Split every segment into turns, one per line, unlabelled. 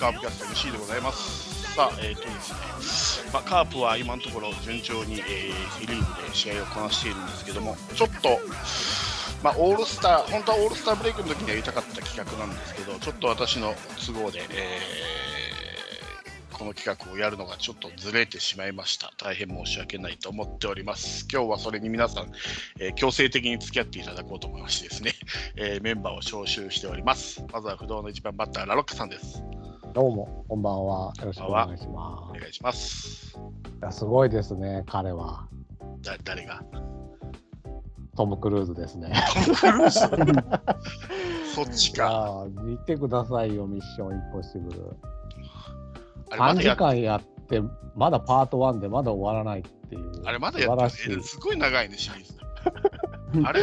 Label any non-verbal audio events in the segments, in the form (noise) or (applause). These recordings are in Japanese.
カープキャスト MC でございます。さあ、えっ、とですね、まあ、カープは今のところ順調に、えー、セ・リーグで試合をこなしているんですけども、ちょっと、まあ、オールスター、本当はオールスターブレイクの時にやりたかった企画なんですけど、ちょっと私の都合で、えーこの企画をやるのがちょっとずれてしまいました。大変申し訳ないと思っております。今日はそれに皆さん、えー強制的に付き合っていただこうと思いましてですね、えーメンバーを招集しております。まずは不動の一番バッター、ラロックさんです。
どうも、こんばんは。よろしくお願いしま
お
す。い
願いします。
やすごいですね、彼は。
だ誰
(laughs)
が
トム・クルーズですね。
そっち
い
か。
やー、見てくださいよ、ミッションインポッシブル。
あれまだ
3時
や
間やって、まだパート1でまだ終わらないっていう。
あれまだやって
素晴
る、
ら
え
しい。
すごい長いね、シリーズ。
(laughs)
あれ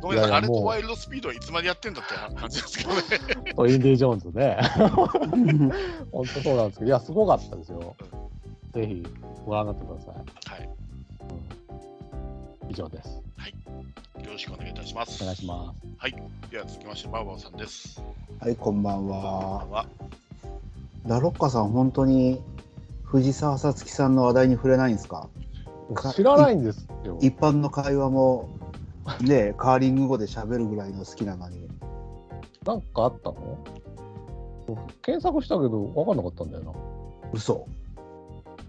と、ごめんなさい、
いやいや
あれと
もう
ワイルドスピードはいつまでやってんだって話ですけどね。
とインディ・ジョーンズね。
(laughs)
本当そうなんですけど、いや、すごかったですよ。ぜひご覧になってください。
はい、
以上です。
よろしくお願いいたします。
お願いします。
では続きまして、バーバーさんです。
はい、こんばん
こ
は
んば。んは
ラロッカさん、本当に藤沢さつきさんの話題に触れないんですかか
知らないんですよ。
一般の会話も、
(laughs)
ね、カーリング語で喋るぐらいの好きなのに。
なんかあったの検索したけど、分かんなかったんだよな。
嘘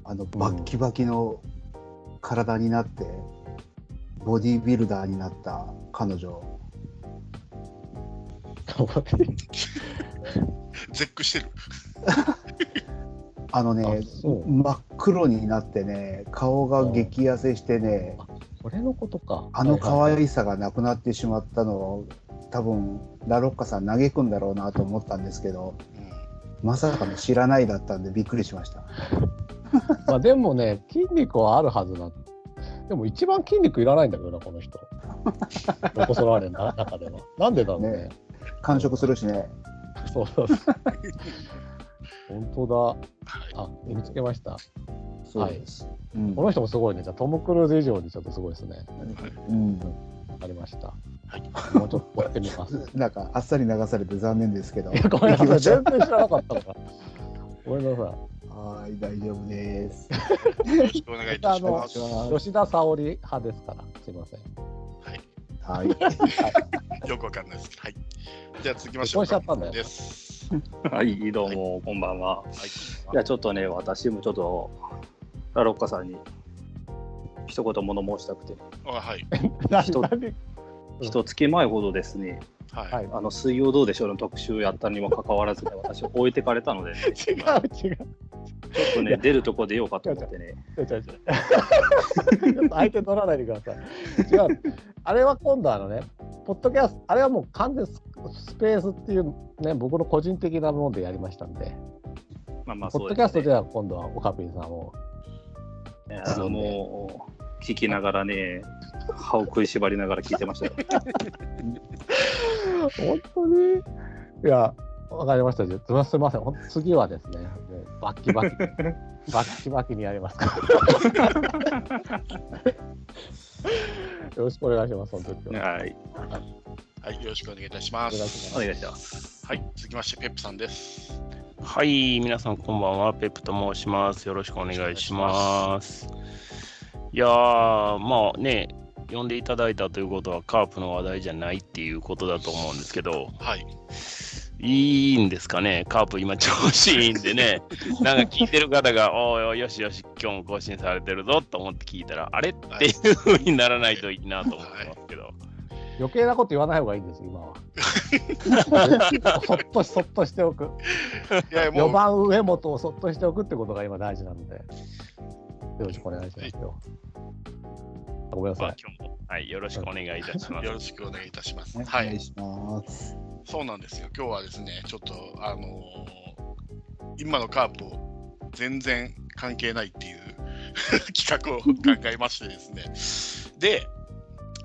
あのバッキバキの体になって、ボディービルダーになった彼女
絶句してる。
あの
あ
ね
そう
真っ黒になってね顔が激痩せしてね、
これのことか。
あの可
い
愛さがなくなってしまったのを多分ラロッカさん嘆くんだろうなと思ったんですけど
うん
まさかの知らないだったんでびっくりしました
まあでもね、筋肉はあるはずだ。でも一番筋肉いらないんだけどな、この人。ロコ・ソラーレの中では。なんでだろうね。
ね完食するしね
そうそうそう。本当
はい
だ。あ、見つけました。
そうです、うん
この人もすごいね。じゃあトム・クルーズ以上にちょっとすごいですね。
うん、
ありました。
はい
もうちょっと追ってみます。
なんかあっさり流されて残念ですけど
いやごめんなさい。全然知らなかったから。ごめんなさい。
はい、大丈夫です。
よろしくお願いいたします。
あの
は
吉田沙保里派ですから、すいません。
はい。
い、よくわかんないですけど。はい。じゃあ続きまして、
結婚しちゃったんだよ
です。
はい、どうも、こんばんは。
はい
いや、ちょっとね、私もちょっと、ラロッカさんに一言物申したくて、
あはい。
人
(laughs) 何うん
一月前ほどですね、
はい。
はい、
あの水曜どうでしょうの特集やったにもかかわらず、ね、私、置いてかれたのでね、ち
違う違う。
ょっと
いや
ね、出るとこ出ようかと思ってね、
違う違う違うちょっと相手取らないでください。違う。あれは今度あのね、ポッドキャスト、あれはもう完全ススペースっていうね、僕の個人的なものでやりましたんで、
まあまあ、
ポ
そ
ッ
う
ド
で
キャス
す
ト
ね
で。は今度はオカピンさんを、
いやあのもう、聞きながらね、歯を食いしばりながら聞いてましたよ。
本当にいや、わかりました。じゃあすみません。ほんと次はですね、もうバッキ
(laughs)
バキ、バッキバキにやりますから。よろしくお願いします、本当に。
はい、
はい。よろしくお願いいたしま
お願い
す。
お
します
願いします。
はい。続きまして、ペップさんです。
はい、皆さんこんばんは、ペップと申します。よろしくお願いします。いやー、まあね、呼んでいただいたということは、カープの話題じゃないっていうことだと思うんですけど、
はい。
いいんですかね、カープ今調子いいんで (laughs) ね、なんか聞いてる方が、おーおいよしよし、今日も更新されてるぞと思って聞いたら、あれっていう風にならないといいなと思ってますけど、
余計なこと言わない方がいいんです、
(laughs)
今は。そっとしそっとしておく。
いやいや、も
4
う、
番上本をそっとしておくってことが今大事なんで。よろしくお願いしますよ。ごめんなさ
まあ
い。
今日も、はい、よろしくお願いいたします
よ。ろしくお願いいたします。
お
は
願
い
い。します。
そうなんですよ。今日はですね、ちょっとあのー今のカープを全然関係ないっていう (laughs) 企画を考えましてですね。で、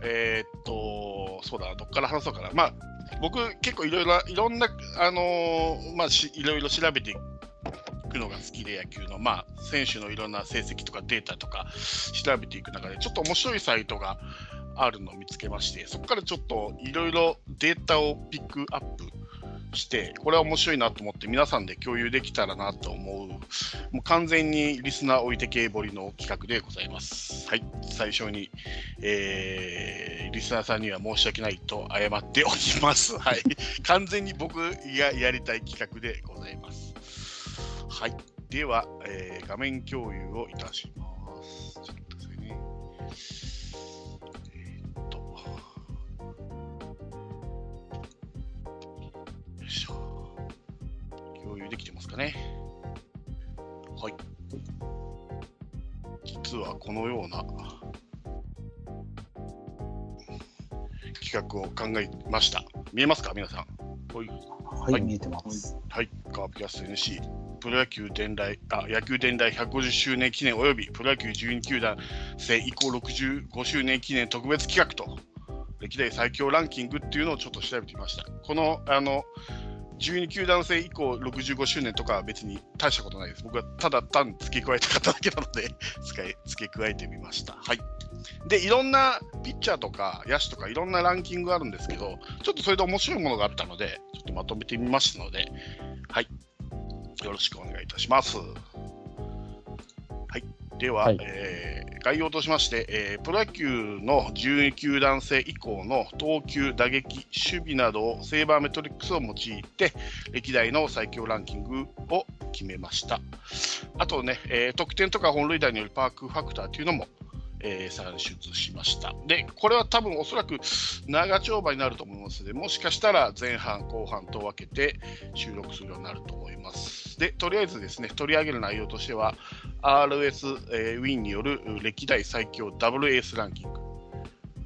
えーっと、そうだ、どっから話そうかな。まあ、僕結構いろいろいろんなあのーまあしいろいろ調べていくのが好きで野球のまあ選手のいろんな成績とかデータとか調べていく中でちょっと面白いサイトがあるのを見つけましてそこからちょっといろいろデータをピックアップ来て、これは面白いなと思って、皆さんで共有できたらなと思う、もう完全にリスナー置いてけぼりの企画でございます。はい、最初に、えーリスナーさんには申し訳ないと謝っておきます。はい、完全に僕がやりたい企画でございます。はい、では、えー画面共有をいたします。ちょっと待ってくださいね。えーっと。よいしょ。共有できてますかね。はい。実はこのような企画を考えました。見えますか、皆さん。
はい、
はい
見えてます。
はい、カープキャスト NC、プロ野球伝来あ野球伝来150周年記念およびプロ野球12球団制以降65周年記念特別企画と、歴代最強ランキングっていうのをちょっと調べてみました。このあの12球団制以降65周年とかは別に大したことないです。僕はただ単に付け加えた方だけなので (laughs) 使い付け加えてみました。はい。で、いろんなピッチャーとか野手とかいろんなランキングがあるんですけど、ちょっとそれで面白いものがあったので、ちょっとまとめてみましたので、よろしくお願いいたします。はい、では、
はい
えー概要としまして、えープロ野球の12球団制以降の投球、打撃、守備などをセーバーメトリックスを用いて、歴代の最強ランキングを決めました。あとね、えー得点とか本塁打によるパークファクターというのも、えー算出しました。で、これは多分おそらく長丁場になると思いますので、もしかしたら前半、後半と分けて、収録するようになると思います。で、とりあえずですね、取り上げる内容としては、RS、えーウィンによる歴代最強ダブルエースランキング、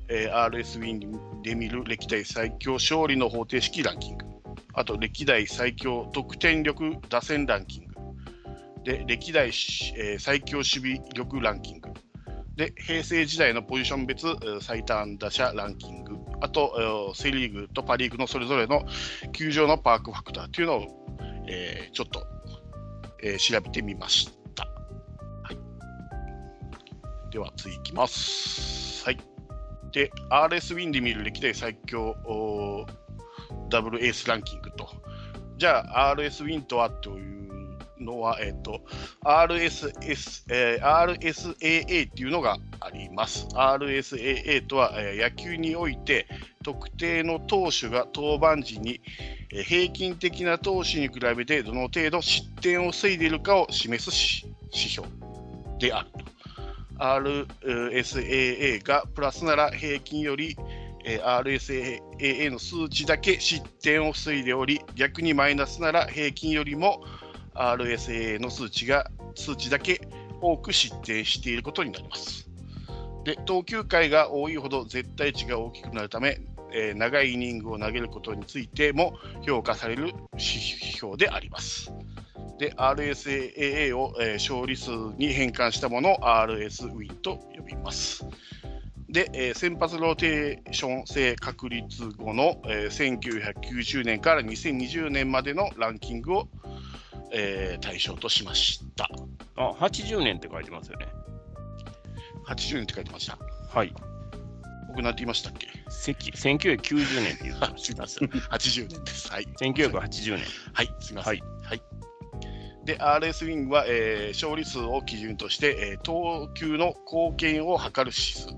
えー RS ウィンで見る歴代最強勝利の方程式ランキング、あと歴代最強得点力打線ランキング、で歴代し、えー最強守備力ランキング、で平成時代のポジション別えー最多安打者ランキング、あとえーセ・リーグとパ・リーグのそれぞれの球場のパークファクターというのを、えーちょっと、えー調べてみました。はい、では次いきます。はい、で RS ウィンで見る歴代最強おーダブルエースランキングと。じゃあ RS ウィンとはというのは、えっ、と、RSS、えー RSAA っていうのがあります。RSAA とは、えー野球において特定の投手が登板時に、えー平均的な投手に比べてどの程度失点を防いでいるかを示すし指標であると。RSAA がプラスなら平均より、えー RSAA の数値だけ失点を防いでおり逆にマイナスなら平均よりも RSAA の数値が数値だけ多く失点していることになります。で投球回が多いほど絶対値が大きくなるため、えー長いイニングを投げることについても評価される指標であります。で RSAA を、えー勝利数に変換したものを RS ウィンと呼びます。で、えー先発ローテーション制確立後の、えー1990年から2020年までのランキングをえー対象としました。
あ、80年って書いてますよね。
80年って書いてました。
はい。
僕なんて言いましたっけ (laughs)
せき1990年って言って
あ
まし
すいません。80年です。はい。
た。1980年。
はい、すみません。
は
はいい。で、RS ウィングは、えー勝利数を基準として、えー投球の貢献を測る指数、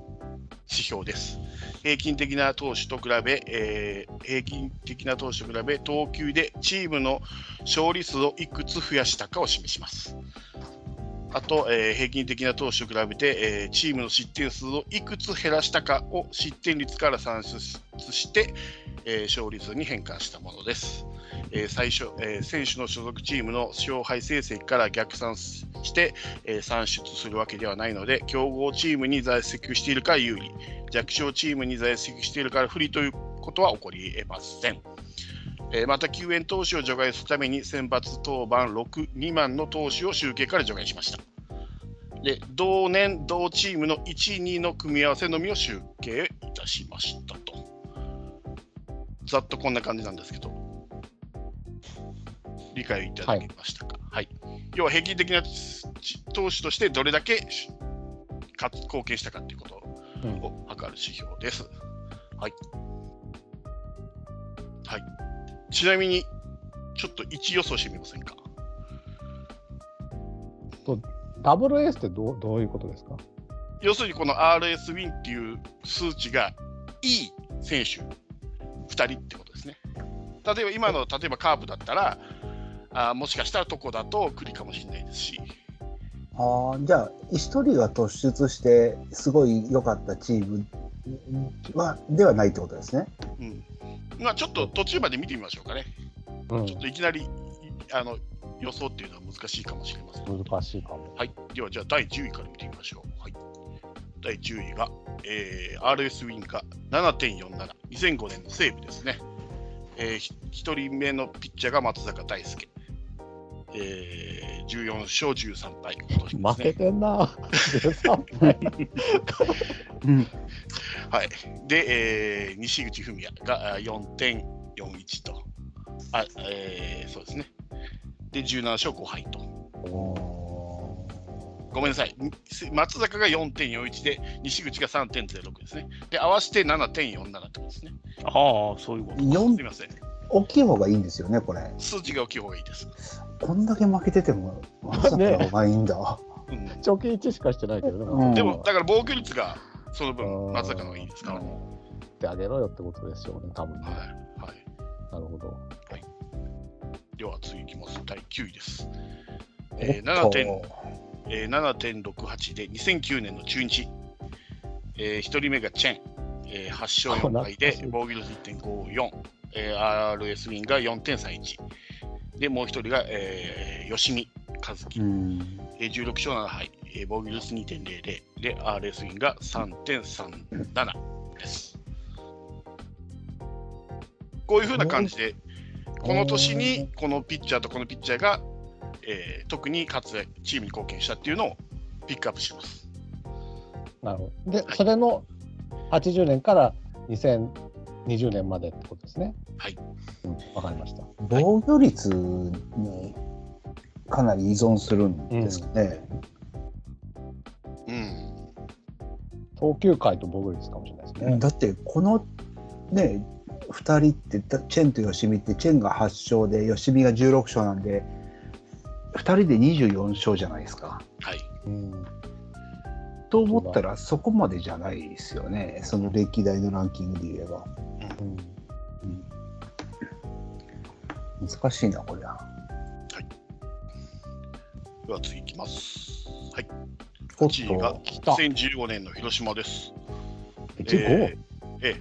指標です。平均的な投手と比べ、えー平均的な投手と比べ、投球でチームの勝利数をいくつ増やしたかを示します。あと、えー平均的な投手と比べて、えーチームの失点数をいくつ減らしたかを失点率から算出して、えー勝利数に変換したものです。えー最初、えー選手の所属チームの勝敗成績から逆算して、えー算出するわけではないので、強豪チームに在籍しているから有利、弱小チームに在籍しているから不利ということは起こり得ません。えーまた、救援投手を除外するために、選抜登板6、2万の投手を集計から除外しました。で同年、同チームの1、2の組み合わせのみを集計いたしましたと。ざっとこんな感じなんですけど、理解いただけましたか。はい要は平均的なち投手としてどれだけしか貢献したかということを測る指標です。はい、はい、ちなみにちょっと1予想してみませんか
ダブルエースってどうどういうことですか
要するにこの RS ウィンっていう数値がいい選手2人ってことですね。例えば今の例えばカープだったらあーもしかしたらトコだと栗かもしれないですし
ああじゃあ一人が突出してすごい良かったチームはではないってことですね。
うんまあ、ちょっと途中まで見てみましょうかね。
うん
ちょっといきなりいあの予想っていうのは難しいかもしれません。
難しいかも。
はい、ではじゃあ第10位から見てみましょう。はい、第10位が、えー RS ウィンカー7.47、2005年の西武ですね。え1人目のピッチャーが松坂大輔。えー、14勝13敗、今年です
負け
ね
て
(laughs)
んな。13敗
うん、
はい、で、えー西口文也があ4.41とあ、えーそうですね。で、17勝5敗と。ごめんなさい、に松坂が4.41で、西口が3.06ですね。で、合わせて7.47ってことですね。
ああ、そういうこと。
す
四
みません、
大きい方がいいんですよねこれ。
数字が大きい方がいいです。
こんだけ負けててもまさか
ね
の方がいいんだ。
うん
貯金1しかしてないけどね、
うん
でも、だから防御率がその
う
分、
ん
松坂の方がいいですから。はい
ってあげろよってことでしょうね、多分ね。
はい、
なるほど。
では、次いきます。第9位です。え
え
ー
っ
7点
と
えー7.68で2009年の中日、え1人目がチェン、えー8勝4敗で
懐かしい
防御率1.54、えー RS ウィンが4.31でもう1人が、えー吉見和樹、
うん
えー16勝7敗、えー防御率2.00で RS ウィンが3.37です。こういうふうな感じで、この年にこのピッチャーとこのピッチャーが、えー特に活躍チームに貢献したっていうのをピックアップします。
なるほど。で、それの80年から2020年までってことですね。
はい。
うん、わかりました。
防御率にかなり依存するんですかね。
うん、
投球回と防御率かもしれないですね。
だってこのね2人ってだチェンと吉見ってチェンが8勝で吉見が16勝なんで2人で24勝じゃないですか。
はい、
うん、
と思ったらそこまでじゃないですよねその歴代のランキングで言えば。
うん
難しいなこれは。
では次いきます。はい、
おっ
1位が
と
来た。
2015年の広島です。
結構、
えーええ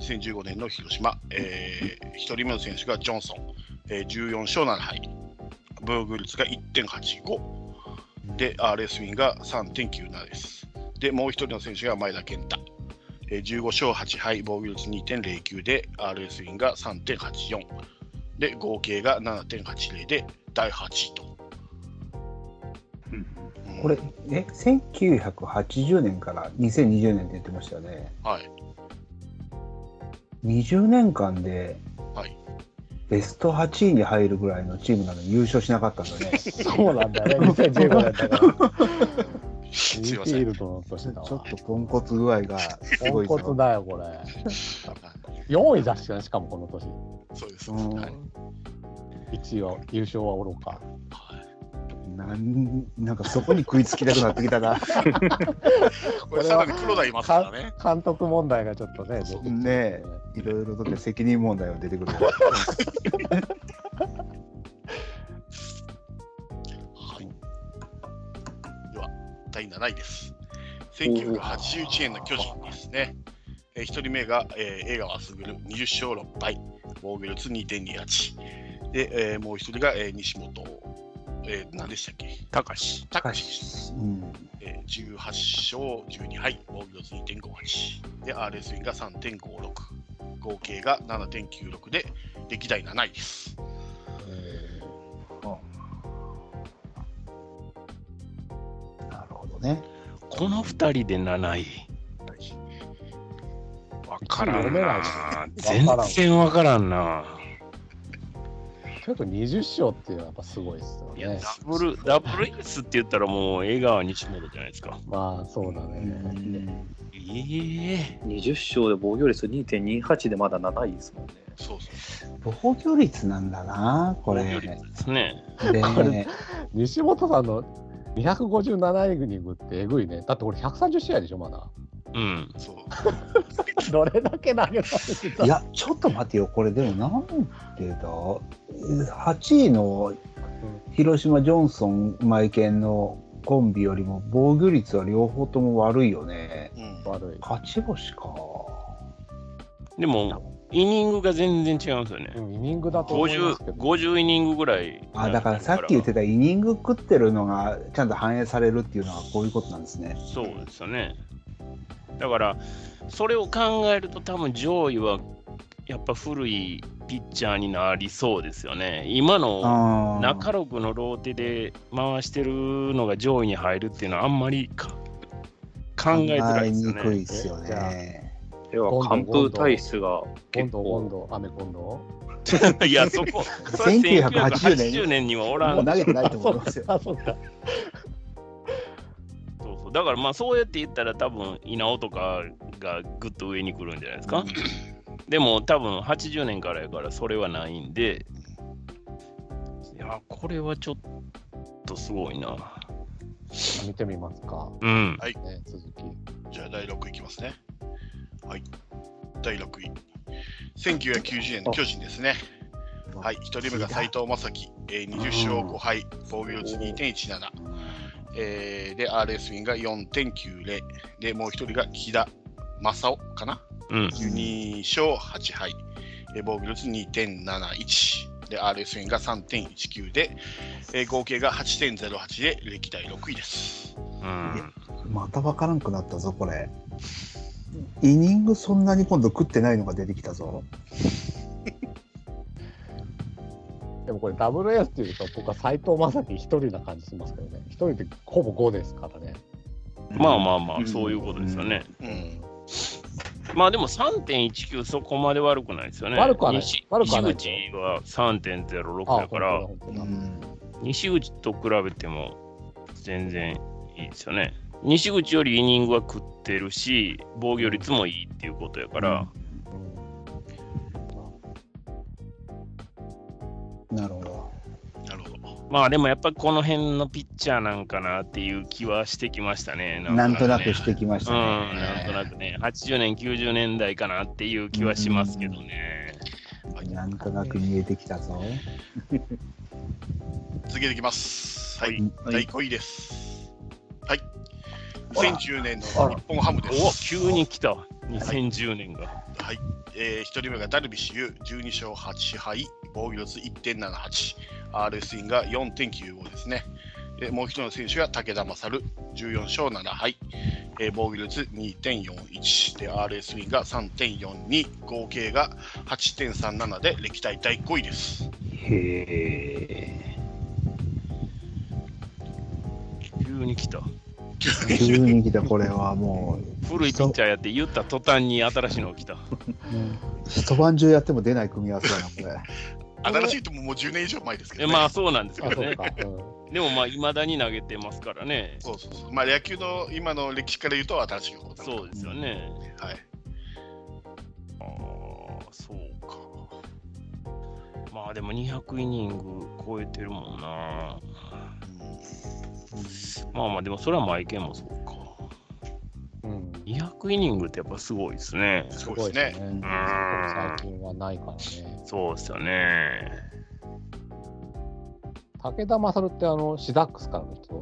2015年の広島、え1人目の選手がジョンソン、えー14勝7敗、防御率が1.85、で、RS ウィンが3.97です。で、もう1人の選手が前田健太、えー15勝8敗、防御率2.09で、RS ウィンが3.84、で、合計が7.80で、第8位と。うん
これえ1980年から2020年って言ってましたよね。
はい、
20年間で
はい
ベスト8位に入るぐらいのチームなのに優勝しなかったんだね。
そうなんだ (laughs) よね。2015年だから。
す
ミ
い
ー
ま
フ
せ
ィー
ん。
ルドの
ち
年
ょ
だ
っ
わ。
とポンコツ具合がす
ポ
ご
ン
いぞ
コツだよ、これ。4位だしかね、しかもこの年。
そうです。
うん
はい
1位は、優勝はおろか。
なんなんかそこに食いつきたくなってきたな。 (laughs)
これさらに黒田いますからね。
監督問題がちょっとね、出てきてます
ねいろいろとって責任問題が出てくる。
はい。では、第7位です。1981年の巨人ですね。えー、1人目が、えー、江川卓、20勝6敗、防御率2.28。で、えーもう1人が、えー西本、えー何でしたっけ
高し。
高橋、
(laughs) うん
えー、18勝12敗、防御率2.58。で、RS ウィンが3.56。合計が7.96で、歴代7位です。
なるほどね。
この二人で7位。わからんな。
読め
全
ない
然わからんな。
結構20勝っていうのはやっぱすごいですよ
いや、
ね
ダ。ブル、ダブルエースって言ったらもう江川西本じゃないですか。
まあそうだね。
ええ
20勝で防御率2.28でまだ7位ですもんね。
そうそう。
防御率なんだな、これ。
防御率ですね。
で
これ西本さんの257イニングってえぐいね。だってこれ130試合でしょ、まだ。
うん。
そう
どれだけ投げたって
いや、ちょっと待てよ、これでもなんでだ、8位の広島ジョンソン、マイケンのコンビよりも防御率は両方とも悪いよね。
うん
悪い。
勝ち星か。
でも、イニングが全然違うんですよね。
うんイニングだと思いますけ
50,
ど。
50イニングぐらい。
あだからさっき言ってたイニング食ってるのがちゃんと反映されるっていうのはこういうことなんですね。
そうですよね。だから、それを考えると、多分上位はやっぱ古いピッチャーになりそうですよね。今の
あー
中野区のローテで回してるのが上位に入るっていうのは、あんまりか考えづらいですよ
考えにくい
ね。
ですよ
じゃあ
ね。
では、完封体質が
今
結
度、今
構、
度、アメ今度。
(laughs) いや、そ
(laughs)
こ、それ
1980年
1980年にはおら
も
ん
う投げてないと思い
あ
ますよ。
そうか。
そうそうだからまあそうやって言ったら多分稲尾とかがぐっと上に来るんじゃないですかでも多分80年からやからそれはないんでいやこれはちょっとすごいな
見てみますか。
うん
ね、続き。
じゃあ第6位いきますね。はい。第6位。1990年の巨人ですね。はい。1人目が斎藤正樹、えー20勝5敗、防御率2.17。えーで、RS ウィンが4.90。で、もう1人が木田正夫かな。
うん
12勝8敗、えー防御率2.71。で、RS ウィンが3.19で、えー合計が8.08で歴代6位です。
うん
また分からんくなったぞこれイニングそんなに今度食ってないのが出てきたぞ
でもこれダブルエースっていうと、僕は斎藤正樹一人な感じしますけどね。一人でほぼ5ですからね。
まあまあまあそういうことですよね、
うん。
まあでも3.19そこまで悪くないですよね
悪くはない
西
悪くはない
西口は3.06
あ
だから
本当だ本当
う
だ
ん
西口と比べても全然いいですよね。西口よりイニングは食ってるし、防御率もいいっていうことやから、
なるほど
なるほど。
まあでもやっぱこの辺のピッチャーなんかなっていう気はしてきましたね。
なんとな
ね
くしてきまし
う
た
ん、
ね
なんとなくね、80年、90年代かなっていう気はしますけどね。
なんとなく見えてきたぞ
続けていきます。はい。
はい
第5位です。はい。2010年の日本ハムで
お
す。
急に来た、2010年が。
はい。えー、1人目がダルビッシュ有、12勝8敗、防御率1.78、RS インが4.95ですね。でもう一人の選手が武田勝、14勝7敗、えー防御率2.41で、RS インが3.42、合計が8.37で歴代第5位です。
へえ
急に来た。
急に来たこれはも
古いピッチャーやって言った途端に新しいのが来た。
う一晩中やっても出ない組み合わせだなこれ
新しいとももう10年以上前ですけ
え
どね。
まあそうなんですけ
あ、
ど
そう
ね。
か。
でもまあ、いまだに投げてますからね。
そうそうそう。まあ野球の今の歴史から言うと新しい方だ
そうですよね。
はい。
ああ、そうか。まあでも200イニング超えてるもんな。まあまあでもそれはマイケンもそうか。
うん。うん
200イニングってやっぱすごいですね。
すごいですね。
すごいですね最近はないからね。
そうですよね。
武田勝ってあの、シダックスからの人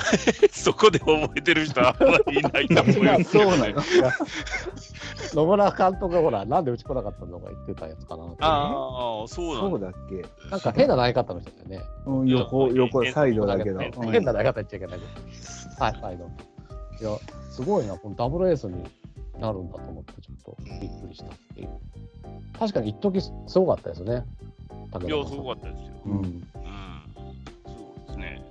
(laughs) そこで覚えてる人あんまりいないと思い (laughs) ますけどね。
野村監督がほら、なんでうち来なかったのか言ってたやつかな。
ああ、そうなん
そ
だ
う。だっけ
なんか変な投げ方の人だよね。
うん横横サイドだけど
横
うん
変な投げ方言っちゃいけないけど。はい、サイド。いや、すごいな、このダブルエースになるんだと思って、ちょっとびっくりしたっていう。確かに一時すごかったですよね。武
い
田
や、
さん
すごかったですよ。
う
うん。
ん
そうですね。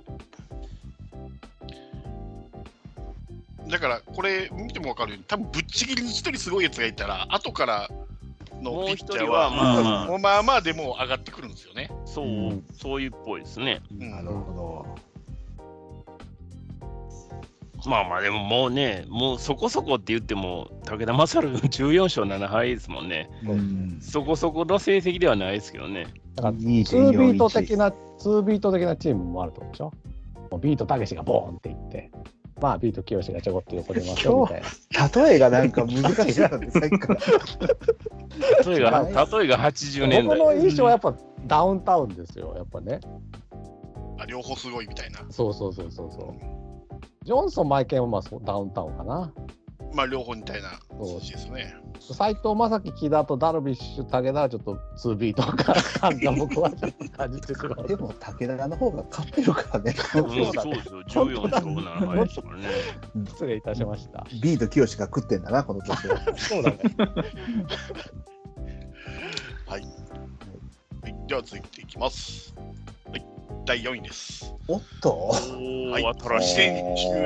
だからこれ見ても分かるように、多分ぶっちぎりに一人すごいやつがいたら、後からの
もう
ピッ
一
チャー
人
は、
は、
も
まあまあ
うまあまあでもう上がってくるんですよね。
そう、
うん
そういうっぽいですね。
ん
なるほど。
まあまあ、でももうね、もうそこそこって言っても、武田勝14勝7敗ですもんね。
うん
そこそこの成績ではないですけどね。
2ビート
2.41
的な、2ビート的なチームもあるってことでしょもうビートたけしがボーンっていって、まあビートきよしがちょこっと横でますよみたいな。
(laughs) 例えがなんか難しかったねさっきから
例 (laughs) えが、例えが80年
僕
代。
の印象はやっぱダウンタウンですよ、やっぱね。
あ両方すごいみたいな。
そうそうそうそうそう。ジョンソン・マイケンはまあそうダウンタウンかな。
まあ両方みたいな
そう
数字ですね。
斎藤正樹、木田とダルビッシュ、武田はちょっと2ビートか感が僕はちょっと感じてしまう。 (laughs)
でも武田の方が勝ってるからね
うんそうですよ、14勝7敗ですからね。
失礼いたしました。
ビート清が食ってんだなこの年は
そうだね。
はい、では続いていきます。はい、第4位です。
おっと
はい、
おー新しい。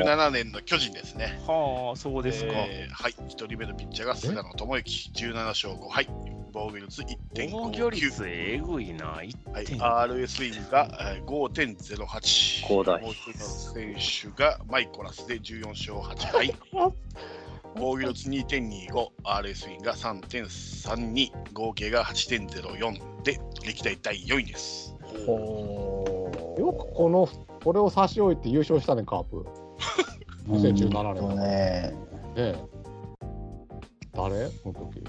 2017年の巨人ですね。
はあ、そうですか。
えーはい、1人目のピッチャーが菅野智之、17勝5敗、防御率
防御
1.59、
率えぐいな、
はい、
1.5。
RSE がえー5.08、
広大
もう一人の選手がマイコラスで14勝8敗、
(laughs)
防御率2.25、RSE が3.32、合計が8.04で、歴代第4位です。
よくこの、これを差し置いて優勝したね、カープ。2017年
ほんとね
ねえ誰この時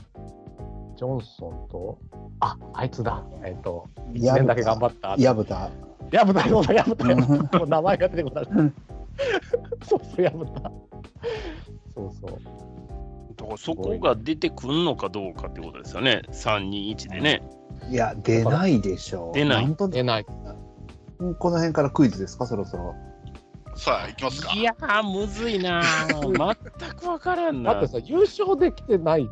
ジョンソンとああいつだえっ、と1
矢
年
蓋
だけ頑張った
矢蓋
やぶたそうだやぶた
うん
もう名前が出てこないそうそうやぶたそうそう
だからそこが出てくんのかどうかってことですよね。3、2、1でね。
いや出ないでしょう
出ない
んと
出ない
この辺からクイズですかそろそろ
さあ、いきますか。
いやー、むずいな (laughs) ー。全くわからん
だ
な
って。さ優勝できてない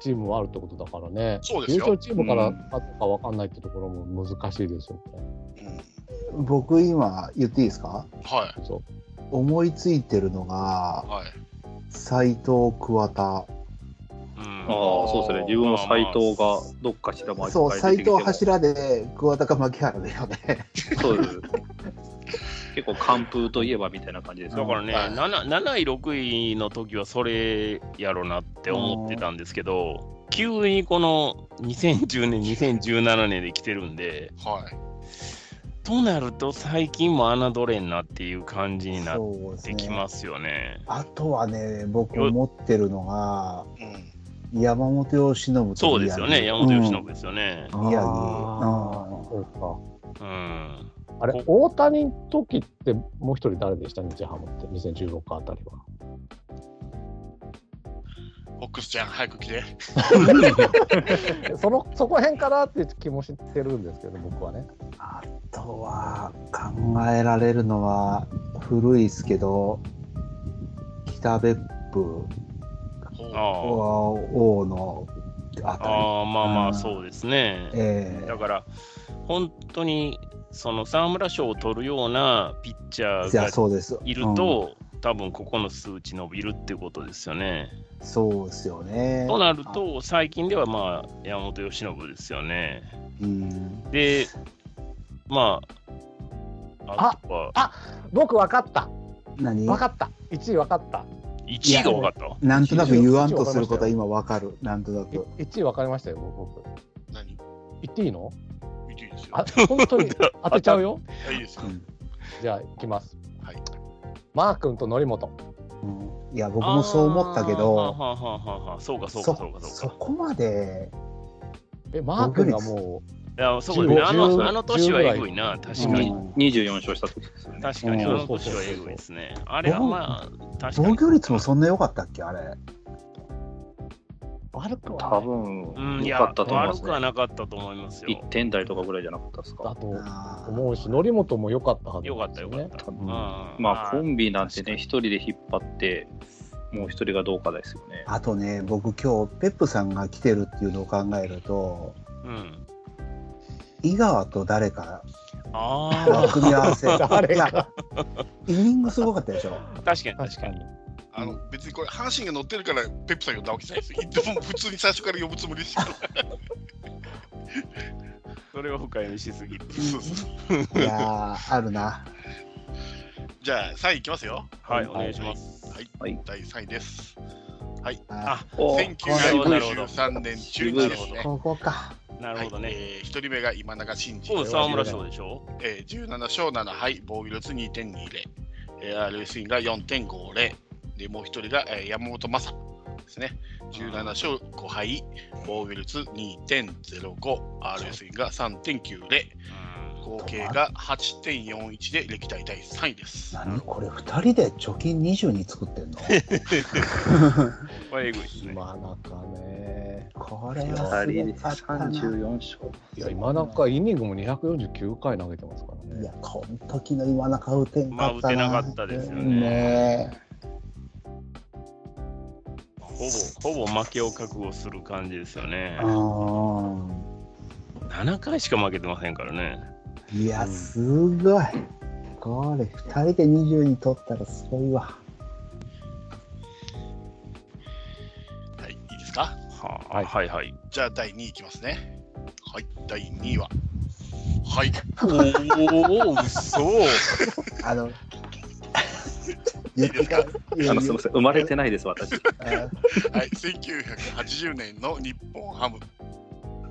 チームはあるってことだからね
そうです
優
よ
勝チームから
う
あと
ん
かわかんないってところも難しいですよね、
うん
僕今言っていいですか
は
そう
思いついてるの
い、
が
はい。
斎藤桑田
うん
ああ、そうですね。自分は斎藤がどっかしら毎
そう
回
斎
出てきて
藤
も
柱で桑田か牧原だよね
そうです。結構完封といえばみたいな感じです
だ
よ
からね、
はい
7, 7位、6位の時はそれやろなって思ってたんですけど、急にこの2010年、2017年で来てるんで、
はい。
となると最近も侮れんなっていう感じになっ
そうで
てきますよね。
あとはね僕思ってるのが
うん。
山本由伸と
そうですよね、山本由
う
伸
ん
ですよね。
宮城
あ
うん
ーそうか
うん。
あれ大谷の時ってもう一人誰でした日ハムって2016あたりは
フォックスちゃん、早く来て。
そのそこへんからっていう気もしてるんですけど、僕はね。
あとは考えられるのは古いですけど北別府
ほ
あ
は王のあ
あ
たり
ああ、まあま
う
あ、
ん
そうですね。
ええ
だから、本当にその沢村賞を取るようなピッチャー
じゃあ
が
そうです
いる
うん
と、多分ここの数値伸びるってことですよね。
そうですよね
となると、最近ではまあ山本由伸ですよね。
うん
で、まあ、あとは
あ僕分かった、
何
分かった、1位分かった、
1位が分かった。
なんとなく言わんとすることは今わかるなんとなく
い1位分かりましたよ、僕。
う。何
言っていいの
見ていいですよ。
あ本当に当てちゃうよ。
いやいいですよ。
じゃあ、いきます。
はい。
マー君と則本。
うんいや僕もそう思ったけ
あー
ど
はあはあはあはあそうかそう
そ
かそうかそう
そ
か。
こまで
え、マー君がも
いやそうですね、あの
10
あの年はえぐいな、確かに。
うん
24勝した時ですよね。
確かに、あ
うん
の年はえぐいですね。あれはまあ、確か
防
に。
御率もそんな良かったっけあれ
う悪
多
くはない。
うん、
分、
い
良
や、
かったと思いま
悪
す
くは
ね。
なかったと思いますよ
1。点台とかぐらいじゃなかったです
だ
か。
と
あー
思うし、則本も良かったはず
よか
な
っ
ん
た
です
よ
よね
かっ。た。
多分
うん
まあ、コ
はい
ンビなんてね、一人で引っ張って、もう一人がどうかですよね。
あとね僕今日ペップさんが来てるっていうのを考えると
うん。
井川と誰か
あ
が組み合
(laughs)
わせ
誰
いや
が
イニングすごかったでしょ
あ、確かに
確
確か
か
に。
に。
あの、別にこれ、阪神が乗ってるから、ペップさん呼んだわけじゃないですよ。いつも普通に最初から呼ぶつもりでした。
それは深読みしすぎて。
そうそうそう
いやーあるない
じゃあ、3位いきますよ。
はい、お願いします。
はい、
はい
第3位です。はい、
あ、
おー
1993年中日ですね。
ここか。
なるほど
はい
ね。
えー、1人目が今永真
こう
司、
沢村賞でしょ
えー、17勝7敗、防御率2.20、えー、RSE が4.50、でもう一人が、えー、山本昌ですね、17勝5敗、防御率2.05、RSE が3.90、合計が8.41で歴代第3位です。
何これ二人で貯金22作って
(laughs)
んの
これえぐいですね。
今中ね。
これ
二
はす
人
ご
で
かったな。い
34勝。
いや、今中イニングも249回投げてますからね。
や、この時の今中打てんかったな。
まあ打てなかったですよね
ねえ
ほぼ、ほぼ負けを覚悟する感じですよね
あ。ー
7回しか負けてませんからね。
いや、すごい。これ二人で22取ったらすごいわ。
はい、いいですか
はあ、はいはい。
じゃあ第2位いきますね。はい、第2位は。 (laughs) はい、
おお、嘘。
あの、
いいですか
いや
あのすみません、生まれてないです、私。
あ
はい、1980年の日本ハム、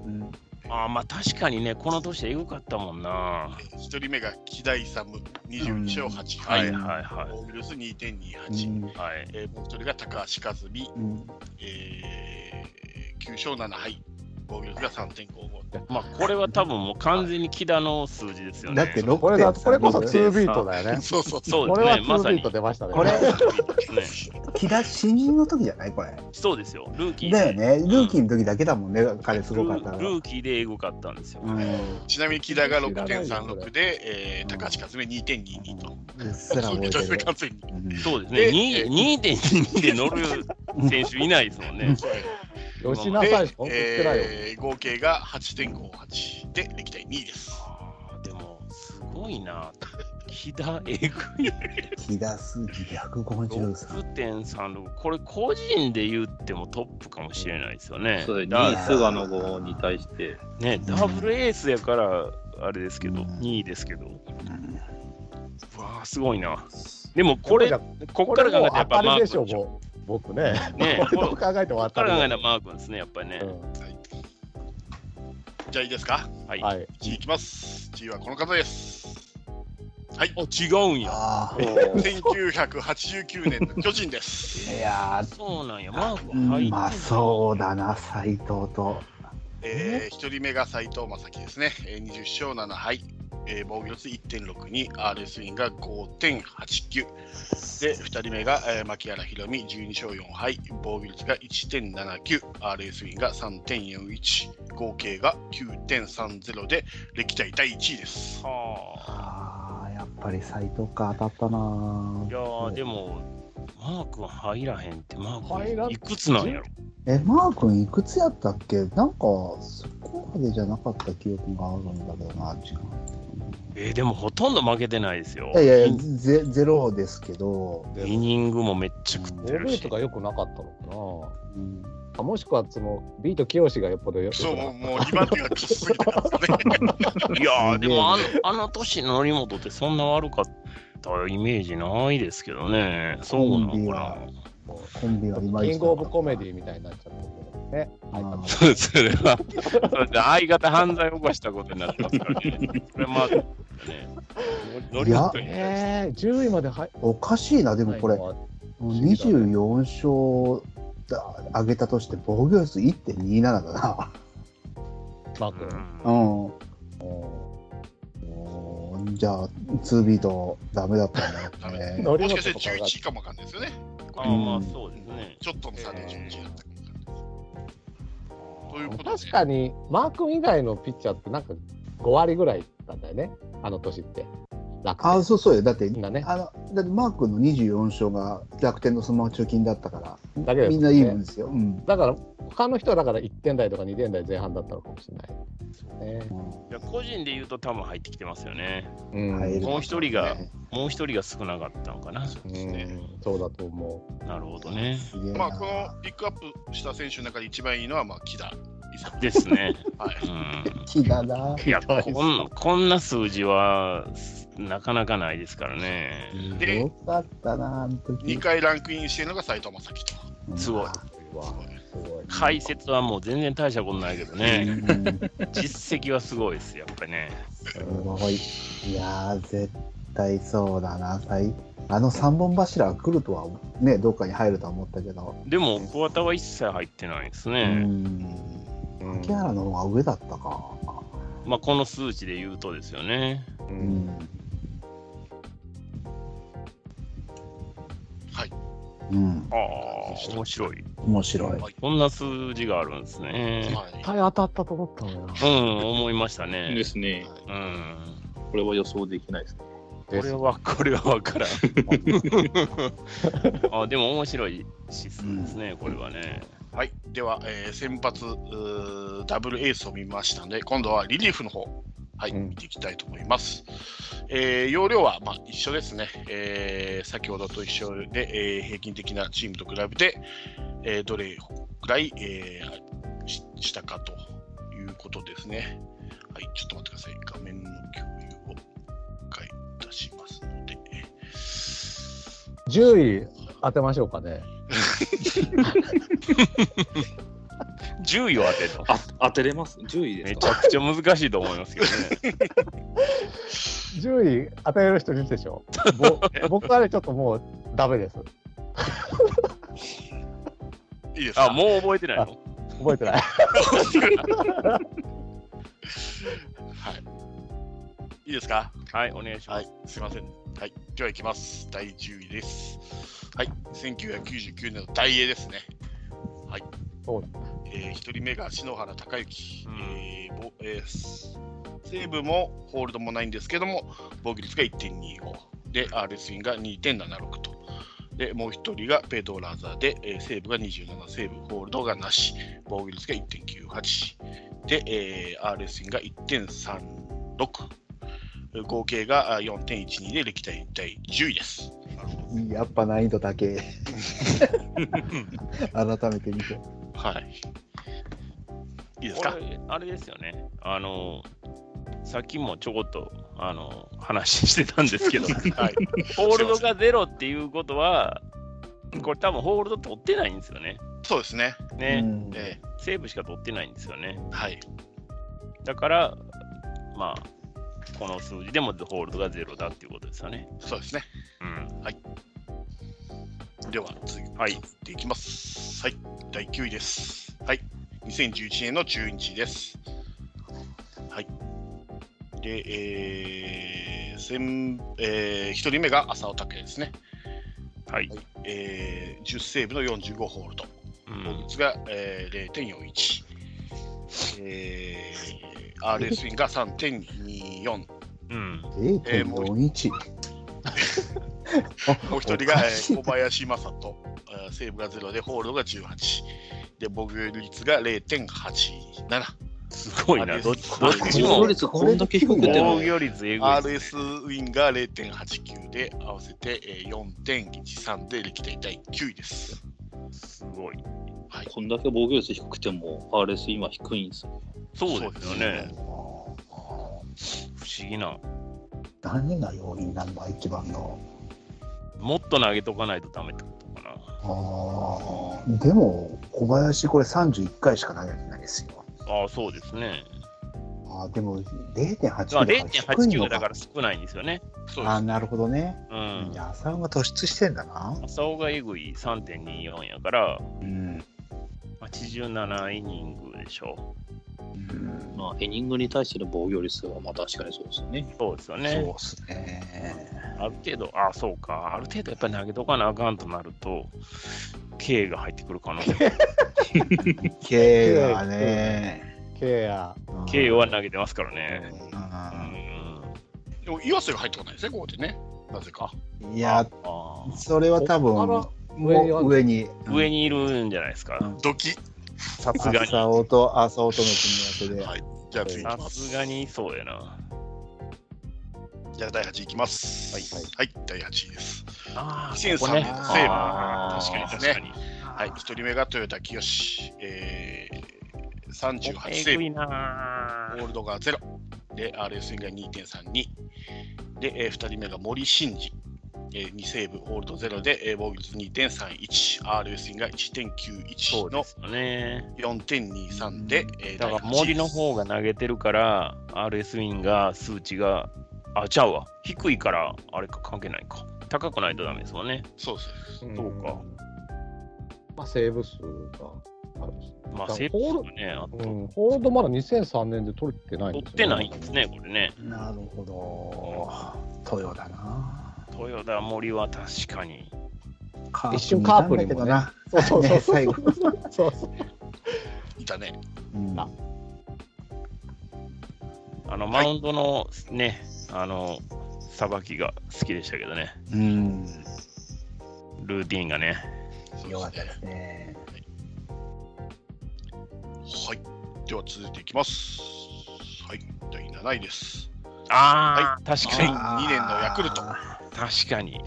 うん
あーまあ確かにね、この年でエグかったもんな。
1人目が木田勇、21勝8
は
敗、
いはいは
防御率
う
2.28、
ん
い。はい。
えーもう1人が高橋和美、
うん
えー、9勝7敗、防御率が3.55。
まあこれは多分もう完全に木田の数字ですよね。
だって6.3
これだ、これこそ
六
ツ
点
ー
三
ビートだよね。
(laughs) そうそう
そう
これ
で
は
す
ツ
ね、まさ
ービー
に
ト。出ましたね。
これ
ね、
木田新人の時じゃないこれ。
そうですよ、ルーキー
だよね、
で。
ルーキーの時だけだもんね、彼す
ル
ごかった
ール
の。
ーキーでエグかったんですよ。
うん、
(laughs) ちなみに木田が
知らないよこ
6.36で、えー、高橋和美2.22と。
うっすら覚えて
そう
る
完全に。
うん。
そうです
で
ね、に
えー
2.22で乗る選手いないですもんね。
吉
あ
田さんし
で
か、本当にしてないよ。
えー、合計が8.58で歴代2位です。
あーでも、すごいな。木田えぐい。
木田数字153。
6.36。これ、個人で言ってもトップかもしれないですよね
そ。れ
だ
2位、菅野号に対して、
ね、ダブルエースやから、あれですけど、
うん
2位ですけど。う
うん
わあ、すごいな。でも、これ、
じゃあ
こっから考えたらやっぱ
これも
マ
う当たり
ー
でしょ、
君でしょ。
もう。僕ね。
ね
(laughs) これどう考えても当
こ
た
っから考え
り
たらマー君ですね、やっぱりね
だ。よ。
じゃあいいですか
は
う
い
ん。はい。
?1 位いきます。1位はこの方です。はい。
あ、違うんや。
あ
1989年の巨人で
ー
す。
いや
そうなんや、マー
ー、
君入ってんだ
まあそうだな、斎藤と。
えー、1人目が斎藤正樹ですね。えー20勝7敗。えー防御率1.62、RS インが5.89。で、2人目が、えー牧原宏美12勝4敗。防御率が1.79、RS インが3.41。合計が9.30で歴代第1位です。
は
ああ、やっぱり斎藤か当たった
あ。。
ない
やー、でも、マー君入らへんって、マ
入
ー
ら
君いくつなんやろ。
え、マー君いくつやったっけなんか、そこまでじゃなかった記憶があるんだけどな、違う。
えーでもほとんど負けてないですよ。
いやいやいや
イ
ゼゼロですけど、
ンイニングもめっちゃ食って
欧
る
米
し
と。か良くなかったのか
うん、
なあもしくはそのビート清がよっぽどよ
そう、もう
よ
もう2番手がきつすぎてますね。
いやー、
すげ
で
え
もあのあの年の則本ってそんな悪かったイメージないですけどね。そうな
コンビ
のか
はコンビはい
く
ま
ない
ち
キングオブコメディみたいになっちゃってるけどね。
あ
な。そうそれは、それで相方犯罪を起こしたことになってますからね。それもあったね。の
いや
則本に対して
えー、10位まで入
おかしいな、でもこれ、も
はいう
24勝上げたとして、防御率1.27だな。
マ
う
ー君。
ん
うん。おーじゃあ、2ビート、ダメだったんだ
ダメ
ね。
ノリ
もし
モ
か
ト
して
とか上
11
がっ
位かもわかんないですよね。
あーまあそうですね。
ちょっとの差で11位だったかもわかんないです。ということで、
確かにマー君以外のピッチャーってなんか5割ぐらいだったよねあの年って楽
あ、そうそうよ。だって
天、だね
あの、だってマー君の24勝が楽天のそのまま貯金だったか
だけです
ら、
ね
みんないいもんですよ。うん。
だから他の人はだから1点台とか2点台前半だったのかもしれないですよね、
いや個人で言うと多分入ってきてますよね。
うん
入る
もう一人が
ね
もう一人が少なかったのかな。
う
ですね
ん、そうだと思う
なるほどね。
すげえな
まあ、このピックアップした選手の中で一番いいのはまあ木田
ですね。
はい
うん
気だない
や
ひどいっす
こん、こんな数字はすなかなかないですからね。
で
よかったなあの時
2回ランクインしてるのが斎藤正樹と。
すごい。
すごい
解説はもう全然大したことないけど
う
ね、
ん
実績はすごいです、やっぱりね。
すごい。いやー、絶対そうだな、最あの三本柱が来るとは、ね、どっかに入るとは思ったけど、
でも、桑田は一切入ってないです
う
ね。
ん、
うん
木原の方が上だったか。
まあ、この数値で言うとですよね。
う。
うん
はい。
うん、
ああ、面白い。
面白い。
こんな数字があるんですね。
はい
絶対当たったと思ったのよな。
うん、思いました
いいで
ね。
すね。
うん。
これは予想できないですね。
これは、これは分からん。あでも面白い指数ですね、これはね。
はい、では、えー先発うーダブルエースを見ましたので、今度はリリーフの方、はい、
うん
見ていきたいと思います。えー容量は、まあ、一緒ですね、えー先ほどと一緒で、えー平均的なチームと比べて、えーどれくらい、えーししたかということですね。はい、ちょっと待ってください、画面の共有を一回出しますので。
10位当てましょうかね。
10位を当てるの。
あ当てれます。10位で
め
す
ち
か
ゃくちゃ難しいと思いますけどね。
10位当てれる人いるでしょ。ぼ (laughs) 僕はね、ちょっともうダメです。
いいですか
あ、もう覚えてないの
覚えてない。
いいですか
はい、お願いしま
は
す。
い、すいません。はい、では行きます。第10位です。はい、1999年の大英ですね。はい。
そう
えー、1人目が篠原孝之、
うん
えーぼえーす西武もホールドもないんですけども、防御率が1.25で、RS インが2.76と。で、もう1人がペドラーザーで、えー、西武が27、西武ホールドがなし、防御率が1.98で、えー、RS インが1.36。合計があ4.12で歴代第10位です。
やっぱ難易度だけ。改めて見て。
はい。いいです
こ
か。
れ、あれですよね。あの、さっきもちょこっと、あの、話してたんですけど、
はい。
ホールドがゼロっていうことは、これ多分ホールド取ってないんですよね。
そうですね。
う
ね、
ん
え
セーブしか取ってないんですよね。
ーはい。
だから、まあ、この数字でもホールドがゼロだっていうことですよね。
そうですね。
うん。
では次、
はい
続いていきます。はい。第9位です。はい。2011年の中日です。はい。で、えー、先えー、1人目が浅尾拓也ですね。
はい。
えー、10セーブの45ホールド。
う
防御
ん。
率が、えー、0.41、えー、RS インが3.24、
うん。
えーもう
0.41。あ
(laughs) もう一人が、えー
お
小
か
林
し
雅人、えーセーブが0でホールドが18、で防御率が0.87、
すごいな。どっちどっち
防御
も
率こんだけ低くても
防御率えぐいですね。
RS インが0.89で合わせて、えー、4.13で歴代第9位です。
すごい。
こんだけ防御率低くても RS 今低いんですよ。
そうですよね。
い
不思議な。
何が要因なんだ一番の
もっと投げとかないとダメってことかな。
あーでも小林これ31回しか投げてないですよ
ああ、そうですね。
あーでも0.89だ
まあ、
から低いの
0.89だか
から
少ないんですよね。
そうで
あー
す
なるほどね
うん。
野菜が突出してんだな
浅尾がえぐい3.24やから、
うん、
87イニングでしょ
うん
まあ、ヘニングに対しての防御率はまあ確かにそうですよね
う。。そうですよ
そう
ね。
っすね
ある程度、ああ、そうか。ある程度やっぱり投げとかなあかんとなると、K が入ってくるかな。
K がね
ケイア。
K は投げてますからね。う。
うん
でも岩瀬が入ってこないですね、ここでね。なぜか。
んいや
あ
それは多分
あら
も
上にある
う上に
あ。上にいるんじゃないですか。
ドキ。
さすがに。
朝尾と朝尾との組み合わ
はい。じゃあ次いき
さ
ます。
すがにそうやな。
じゃあ第8位いきます。
は
は
い
い、第8位です。
あ
2003
ここね
年の西武
あー
確かに
確かに。
はい、1人目が豊田清、えー、 38セー
えぐ
ブ
いな
オールドがゼロで RS 以外2.32で、えー、2人目が森真二、えー、2セーブオールドゼロで、えー、防御率2.31 RS 以外
そ
1.91
うで
の
すよね。
4.23で、えー
だから
第八位
森の方が投げてるから、RS ウィンが数値が、あ、ちゃうわ。低いから、あれか関係ないか。高くないとダメですもんね。
そうです
そうか。
まあ、セーブ数があるし。
ま
だ
あ、
から
セーブ数がね、あ
うん、ホールドまだ2003年で取ってないん
取
で
っ
すよ
てないんですね、これね。
なるほど。豊だな。
豊田森は確かに。
カ
一瞬カープにもね
いたんだ
そうそうそうそう。(laughs)
ね最後
そうそう。
いたね
けどな。
あの、
は
マ
い
ウンドのね、あの、さばきが好きでしたけどね。
うん。うん。
ルーティンがね。
そう
よかっ
で
た
す
で
ね
すね。
はいでは続いていきますはい第7位です
ああ、確かに。
2002年のヤクルト
あ
確かに。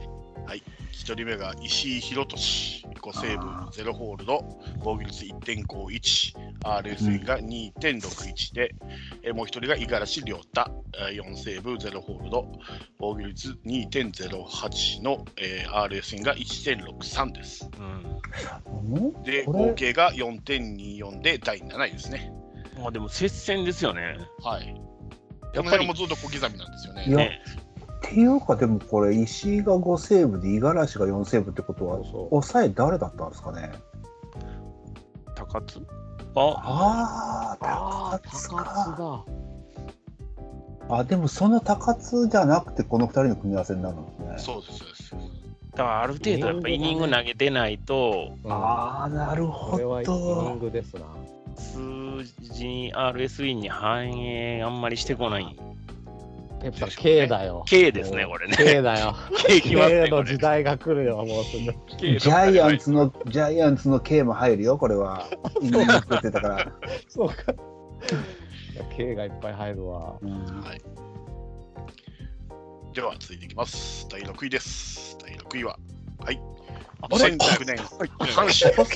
1人目が石井宏俊5セー
あ
ブ0ホールド防御率1.51 RSA が2.61で、えーもう1人が五十嵐亮太4セーブ0ホールド防御率2.08の、えー、RSA が1.63です
うん。
ーうん
で
これ
合計が4.24で第7位ですね
まあ、でも接戦ですよね。
はい
や
やっ
っぱ
ぱ
り
りもずっと小刻みなんですよ
いや
ね
ね。
っていうかでもこれ石井が5セーブで五十嵐が4セーブってことは
そうそう
抑え誰だったんですかね
高津あ、
ああ
ああ、高
高津
津
か
だ。
あでもその高津じゃなくてこの2人の組み合わせになるんですね
そうですそうです
だからある程度やっぱイニング投げてないと
あ
ああなる
あ、こ
ほ
れはイニン
ど
グですな。
数字に RSE に反映あんまりしてこない
ペッパー K だよ。
K ですねこれね (laughs)
K だよ。
K きます
K
ねこ
の
れ
時代が来るよ、もうすぐ。
ジャイアンツのジャイアンツの K も入るよこれ (laughs) はイニング作ってたから、
そうか。いや K がいっぱい入るわ。
(laughs) うん
はい。では続いていきます。第6位です。第6位は、はい。2009年、阪神。
おっ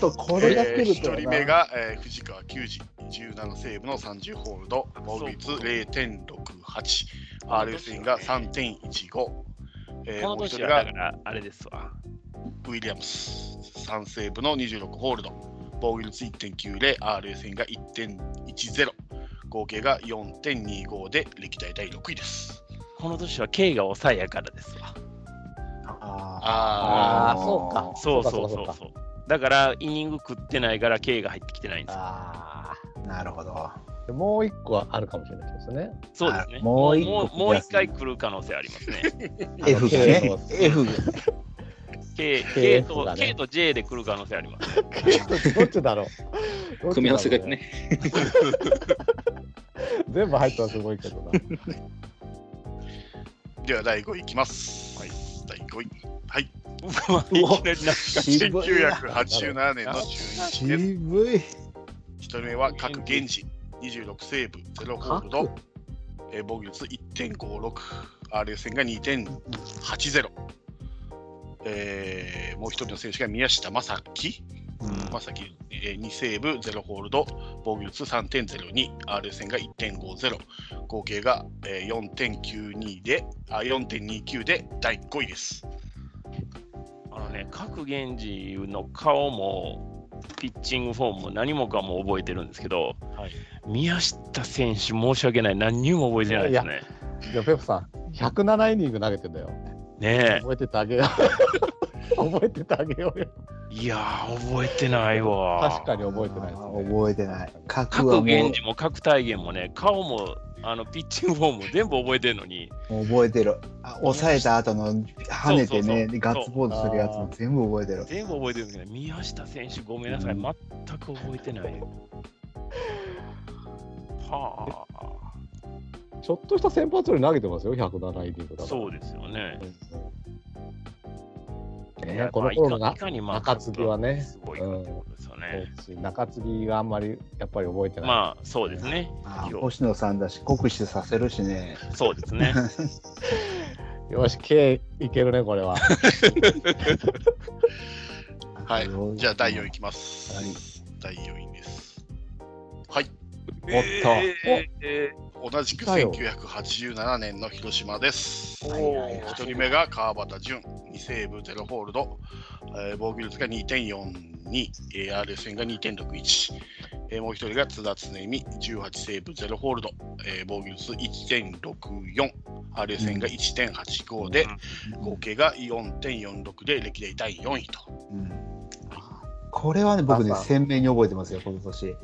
とこれが来
えー
ると
1
は
人
な、
目が、えー藤川球児、17セーブの30ホールド、防御率
そうか
0.68、RSN が3.15、えー
こ
も
の
う一
年
人
はだ
が
からあれですわ
ウィリアムス、3セーブの26ホールド、防御率1.90、RSN が1.10、合計が4.25で歴代第6位です。
この年は K が抑えやからですわ
あ
ああ
ああ、そうか。
そうそ
そ
うそうう
か
そうだからイニング食ってないから K が入ってきてないんですよ
あ
ーなるほど
あ。もう一個はあるかもしれないですね。
そうですね
あもう一個
もうもう一回来る可能性ありますね
F がね F が
K, K,
K
と
がね
K と J で来る可能性あります
どっちだろう。
組み合わせがね。
全部入ったらすごいけどな。
では第5位いきます。
はい
第5位。はい。
うわいきなりな
渋いな
1987年の11です。
渋い
1人目は各源氏26セーブ0ホールド、えー防御率1.56、RS 戦が2.80。えーもう一人の選手が宮下正樹、正樹えー2セーブ0ホールド、防御率3.02、RS 戦が1.50、合計が、えー、4.92で、あ4.29で第5位です。
あのね、各源氏の顔も、ピッチングフォームも何もかも覚えてるんですけど、
はい
宮下選手、申し訳ない、何にも覚えてないですね。
じゃあペプさん、107イニング投げてんだよ。
ね
覚えててあげよう。 (laughs) 覚えててあげようよ。
え、いやー、覚えてないわ。
確かに覚えてないです
あ
ね。
ー覚えてない角は
各
も
源氏も各体源もね、顔もあのピッチングフォームも全部覚えてるのに、
う覚えてるあ抑えた後の跳ねてね
そうそうそう
ガッツポーズするやつも全部覚えてる
全部覚えてるんですけど、宮下選手、ごめんなさい、
うん
全く覚えてない。は
ちょっとした先発より投げてますよ、107イニングだか
あ、
ら。
そうですよね。
ねこの頃の
まあ
ない
かにまあ
中継ぎはね
すごいかってことですよね。
そうです中継ぎがあんまりやっぱり覚えてない。
まあそうですね。
あー
よ
星野さんだし酷使させるしね
そうで
(laughs)
すね。
よし、K いけるね、これは。 (laughs)
はい
なるほど
じゃあ第4位いきます。
はい
第4位です。
おっと
えー
同じく
来たよ
1987年の広島です。
はいはいはい
1人目が川端淳、2セーブ0ホールド、えー防御率が2.42、えー RS 戦が2.61、えーもう1人が津田恒美、18セーブ0ホールド、えー防御率1.64、RS 戦が1.85で、合計が4.46で歴代第4位と。
うんこれはね僕ね
朝
鮮明に覚えてますよこの年、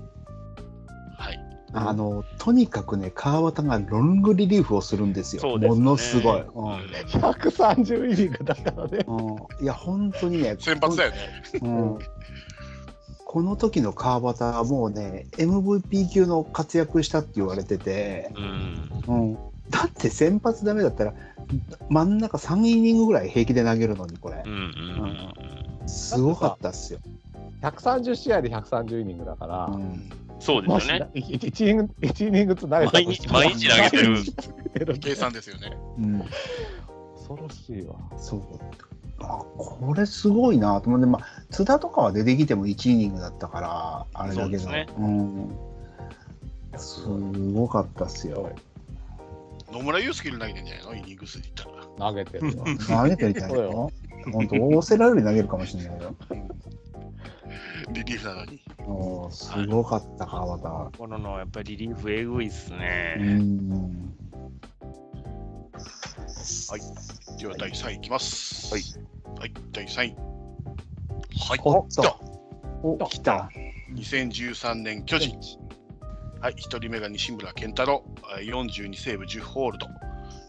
はい、
あのとにかくね川端がロングリリーフをするんですよ
そうですね
ものすごい、うん
130イニングだからね。
うんいや本当にね
先発だよね。
うんこの時の川端はもうね MVP 級の活躍したって言われてて、
うん。
うん、だって先発ダメだったら真ん中3イニングぐらい平気で投げるのにこれ
うん。うん。
すごかったっすよ。
130試合で130イニングだから、
うん
そうで
も
す
し
よね。
1イニング一イニングずつ投げた
毎
とし
日、
て
毎日投げてる。
計算ですよね。
うん、
恐ろしいわ。
そうあこれすごいなと思って、まあ、津田とかは出てきても1イニングだったからあれだけど
そうですね
うん、すごかったっすよ。
野村祐介より投げてんじゃないのイニング数で言ったら。
投げてるわ。
投げてみたいな
そうよ
よ。本当大瀬良より投げるかもしれないよ。
リリーフなのに。
おーすごかった川端。
こののやっぱりリリーフえぐいっす
う
ね。
ん。
では第3位いきます。
はい。
はい、第3位。はい。
おっ
来た
と。お来た。
2013年巨人。はい、1人目が西村健太郎、あ42セーブ10ホールド、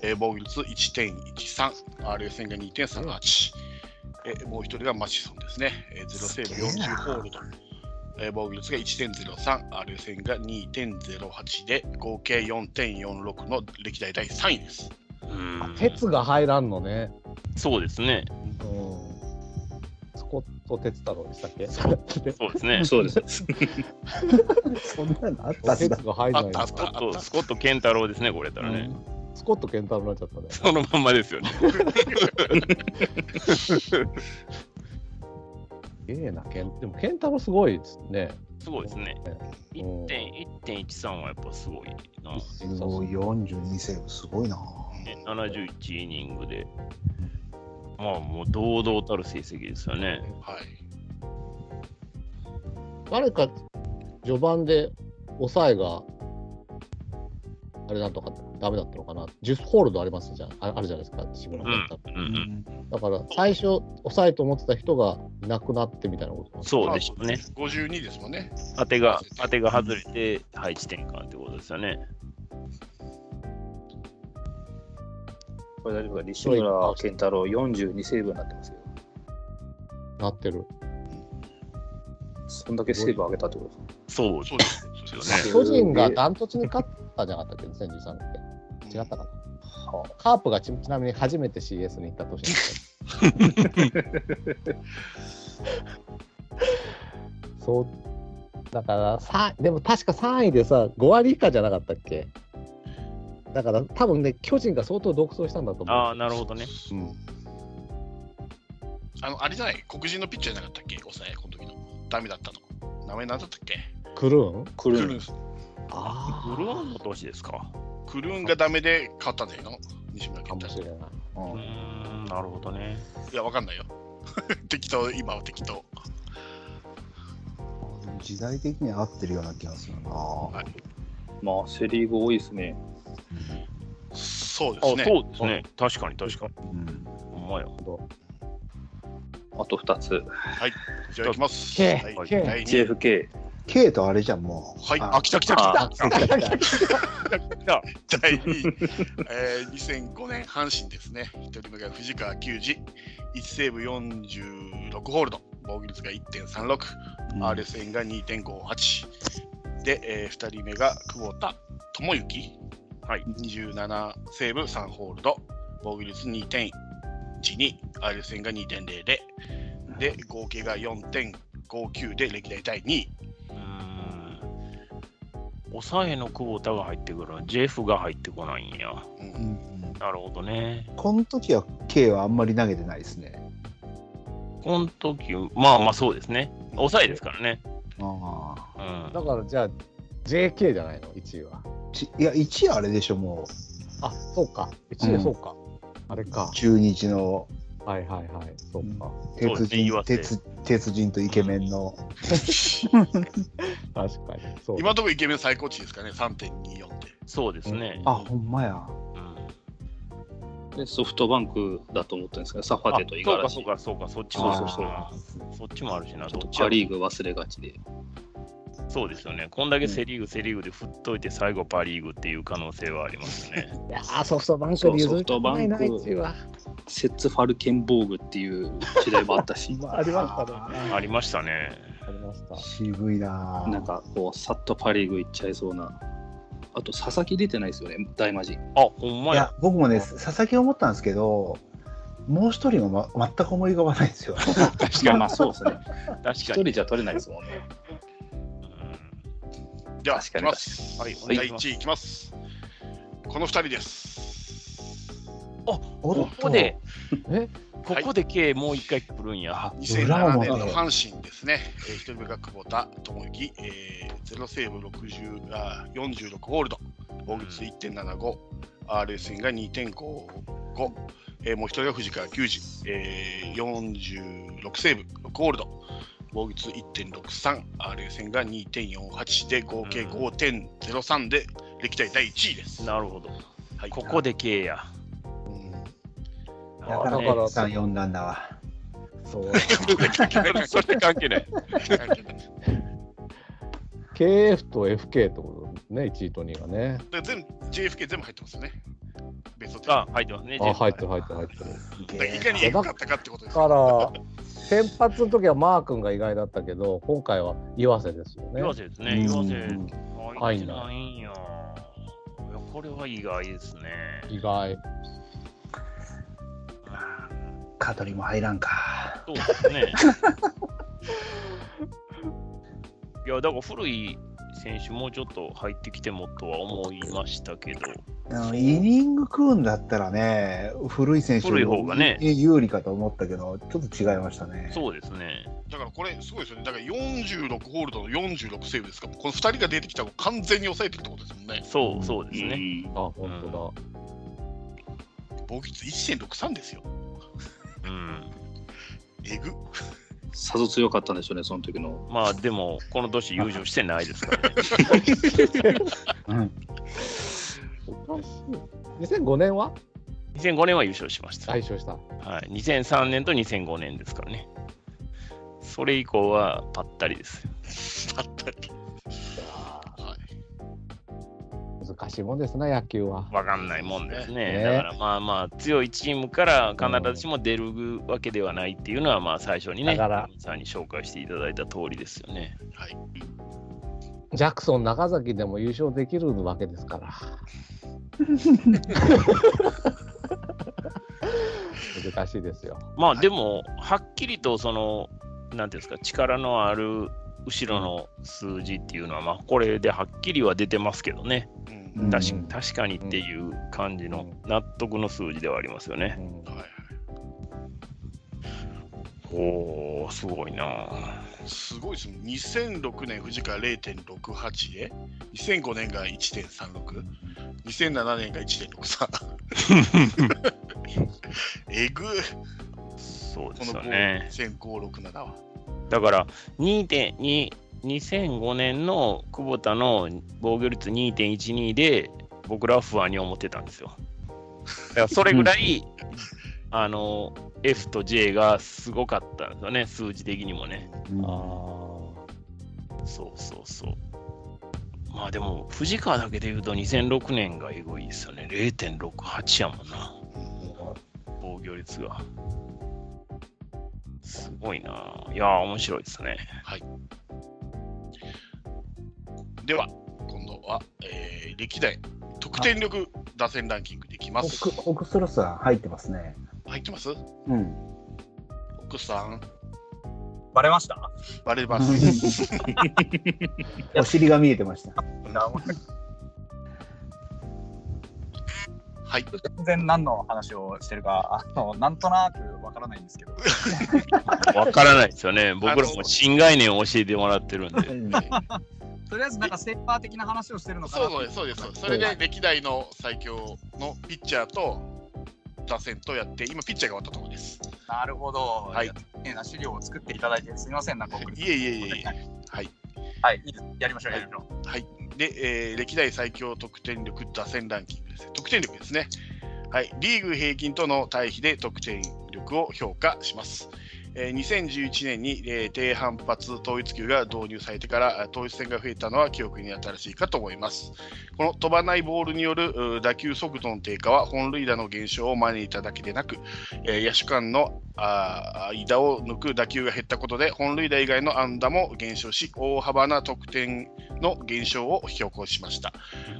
えー防御率1.13、RS 戦が2.38、えーもう1人がマチソンですね、えー0セーブ40ホールド、えー防御率が1.03、RS 戦が2.08で、合計4.46の歴代第3位です。
うん。
(laughs) 鉄が入らんのね。
そうですね。
スコット哲太郎でしたっけ (laughs)
そうですね。
そうです。
そんなのあった
鉄
んだ。
が入
あ
らな
っ
い
たあっ
ス
た
コ
あ
ッ
っ
ト、
た
スコット健太郎ですね、これだったらね。
スコット健太郎になっちゃったね。
そのまんまですよね。
すげえな、ケンでも健太郎すごいですね。
すごいですね。
うん
1.1.13はやっぱすごいな。
すごい42セーブすごいな。
ね71イニングで。まあもう堂々たる成績ですよね。
はい
誰か序盤で抑えがあれなんとかダメだったのかな10ホールドありますじゃんああるじゃないですか志村
う
さん
ん
だっ。
う
た
んうん、
だから最初抑えと思ってた人がいなくなってみたいなこと
そうでしょうね。
52ですもんね。
当てが、当てが外れて配置転換ってことですよね。
これ大丈夫か西村健太郎42セーブになってますよ。
なってる
そんだけセーブ上げたってことですか
そう
そうです。そうですよね。
す
巨人がダントツに勝ったじゃなかったっけ2013って違ったかなカープがちちなみに初めて CS に行った年なん
(laughs)
でそうだからさでも確か3位でさ5割以下じゃなかったっけだから多分ね巨人が相当独走したんだと思う
ああ、なるほどね。
うんあの、あれじゃない、黒人のピッチャーじゃなかったっけ、抑え、この時の。ダメだったの。名前なんだったっけ
クルーン
ク
ク
ル
ル
ーン
ーン。
ブ
あ
ルーンの年ですか。
クルーンがダメで勝ったんじゃないの西村
あ
健
かも
太
しれない
うんーん、なるほどね。
いや、わかんないよ。 (laughs) 適当、今は適当。
時代的に合ってるような気がするな。
はい、
まあセ・リーグ多いですね。
そう
あ
です
そう
ね。
ですね。確かに確かに。
うん
ほんまや。
あと2つ。
じゃあ、いきます。
K
はい
K
第二位
JFK。
K とあれじゃんもう。
はい、
あ
あ、来た来た来た。
あ
第2位、えー2005年阪神ですね、1人目が藤川球児、1セーブ46ホールド、防御率が1.36、
うん
RS 円が2.58、で、え2人目が久保田智之、
はい
27セーブ3ホールド、防御率2.12、RS 円が2.00で、で、合計が4.59で歴代第2位。
うーん。抑えの久保田が入ってくる。ジェフが入ってこないんや。
うん
うんうん
なるほどね。
この時は K はあんまり投げてないですね。
この時、まあまあそうですね。抑えですからね。
ああ。
うん。
だからじゃあ JK じゃないの、1位は。
ちいや、1位あれでしょ、も
あ、そうか。1位、
うん
そうか。あれか
う、。中日の
はいはいはい。そうか。
そうで
鉄
すね
人
岩手
鉄鉄人とイケメンの、
確かに。そう
今のところイケメン最高値ですかね、3.24って。
そうですね。
あ、ほんまや。
うん
でソフトバンクだと思ってるんですけど、サファ
あ
テと五十
そうか
嵐、ち
そ
ょ
うかそうか、そっちもあるし
あ
な。そっちもあるしな、
っ
ど
と
っちや
パ・リーグ忘れがちで、
そうですよね。こんだけセ・リーグ、セ・リーグで振っといて、最後パ・リーグっていう可能性はあります
(laughs)
ね。
いやーソフトバンク
そう
に譲りたくないな、
ソフトバンク
1位は。、
セッツ・ファルケンボーグっていう時代もあった (laughs) し
ありましたね。
ありましたね。
ありました。
渋いなぁ
なんかこう、さっとパ・リーグ行っちゃいそうな、あと佐々木出てないですよね、大魔神。
あ、ほんま
い
や
や。僕もね佐々木思ったんですけどもう一人が、ま、全く思い浮かばないんです
(laughs)
よ
確
(laughs) まあまあ、そうですね、
確
一
かに。
人じゃ取れないですもんね。
うん
では、い
確か
き
に
ます。
はい
第1位いきます。この2人です。
おっと
ここで、
え
ここで K もう一回来るんや。
裏
2007
を
年
回
の
る
阪神ですね、えー、1人目が久保田智之、えー、0セーブ60あー46ホールド、防御率1.75、RSN が2.55、えーもう1人が藤川球児、えー、46セーブ6ホールド、防御率1.63、RSN が2.48で合計
うん
5.03で歴代第1位です。
なるほど。
はい、
ここで K や。
うん
だから
だ
ね
から
さん呼んだんだわ
(laughs)
そう。
それ関係ない。
KF と FK ってことね、1位と2位がね。
で全部 JFK 全部入ってますよね。ベスト10
あ、入ってますね。
あ、入ってる入ってる入ってる。
だからいかにエグかったかってことで
だ
すよ
か
ね。
ら、先発の時はマー君が意外だったけど、今回は岩瀬ですよね。
岩瀬ですね。岩瀬
うん。
入ってないんや。いや、これは意外ですね。
意外。
香取も入らんか
そうですね。いや、だから古い選手、もうちょっと入ってきてもとは思いましたけど、
あのイニング食うんだったらね古い選手
古い方がね
有利かと思ったけどちょっと違いましたね
そうですね。
だからこれすごいですよね。だから46ホールドの46セーブですから、この2人が出てきたのを完全に抑えてるってことですもんね。
そう、そうですね。
ね
あ、本当だ。
防御率1.63ですよ。
うん。
えぐ。
さぞ強かったんでしょうね、その時の。
まあ、でも、この年優勝してないですからね。
うん
おかしい。2005年は
2005年は優勝しました。は
最初
い。
した。
2003年と2005年ですからね。それ以降はぱったりですよ。
あったり。はい
難しいもんですな、野球は。
わかんないもんですね。
ね
だからまあまあ、強いチームから必ずしも出るわけではないっていうのは、まあ最初にね、
だから
皆さんに紹介していただいた通りですよね。
はい。
ジャクソン、長崎でも優勝できるわけです
(laughs)
から。難しいですよ。
まあでも、はっきりとその、なんていうんですか、力のある後ろの数字っていうのは、まあこれではっきりは出てますけどね、
うん
うん
確か確かにっていう感じの納得の数字ではありますよね
う。ん
はいは
おー、すごいな。
い、すごいですね。2006年、藤川0.68で、2005年が1.36、2007年が1.63。えぐ。
そうで
こ
す
の
よね。
10567は。
だから2.2 2005年の久保田の防御率2.12で僕らは不安に思ってたんですよ。だからそれぐらいあの F と J がすごかったんですよね、数字的にもね。
うん
そうそうそう。まあでも、藤川だけで言うと2006年がエグいですよね。0.68やもんな。防御率が。すごいな。いやー、面白いですね。
では、今度は、えー歴代得点力打線ランキングでいきます。
奥奥スロスは入ってますね
入ってます
うん
奥さん、
バレました
バレます。
(laughs) お尻が見えてました
(laughs)
はい、
全然何の話をしてるか、あの、なんとなくわからないんですけど、
(laughs) (laughs) わからないですよね。僕らも新概念を教えてもらってるんで。
とりあえずなんかセーパー的な話をしてるのかな
そうです、そうです。そうですそれで歴代の最強のピッチャーと打線とやって、今ピッチャーが終わったところです。
なるほど。
はい。
丁寧な資料を作っていただいてすみませんなんか送り
いえいえいえいえ。はい。
はい、いいですやりましょうやりましょう。
はい。で、えー歴代最強得点力打線ランキングですね。得点力ですね。はい。リーグ平均との対比で得点力を評価します。えー2011年に、えー低反発統一球が導入されてからあ統一戦が増えたのは記憶に新しいかと思います。この飛ばないボールによるうー打球速度の低下は本塁打の減少を招いただけでなく、えー野手間のあー間を抜く打球が減ったことで本塁打以外の安打も減少し大幅な得点の減少を引き起こしました。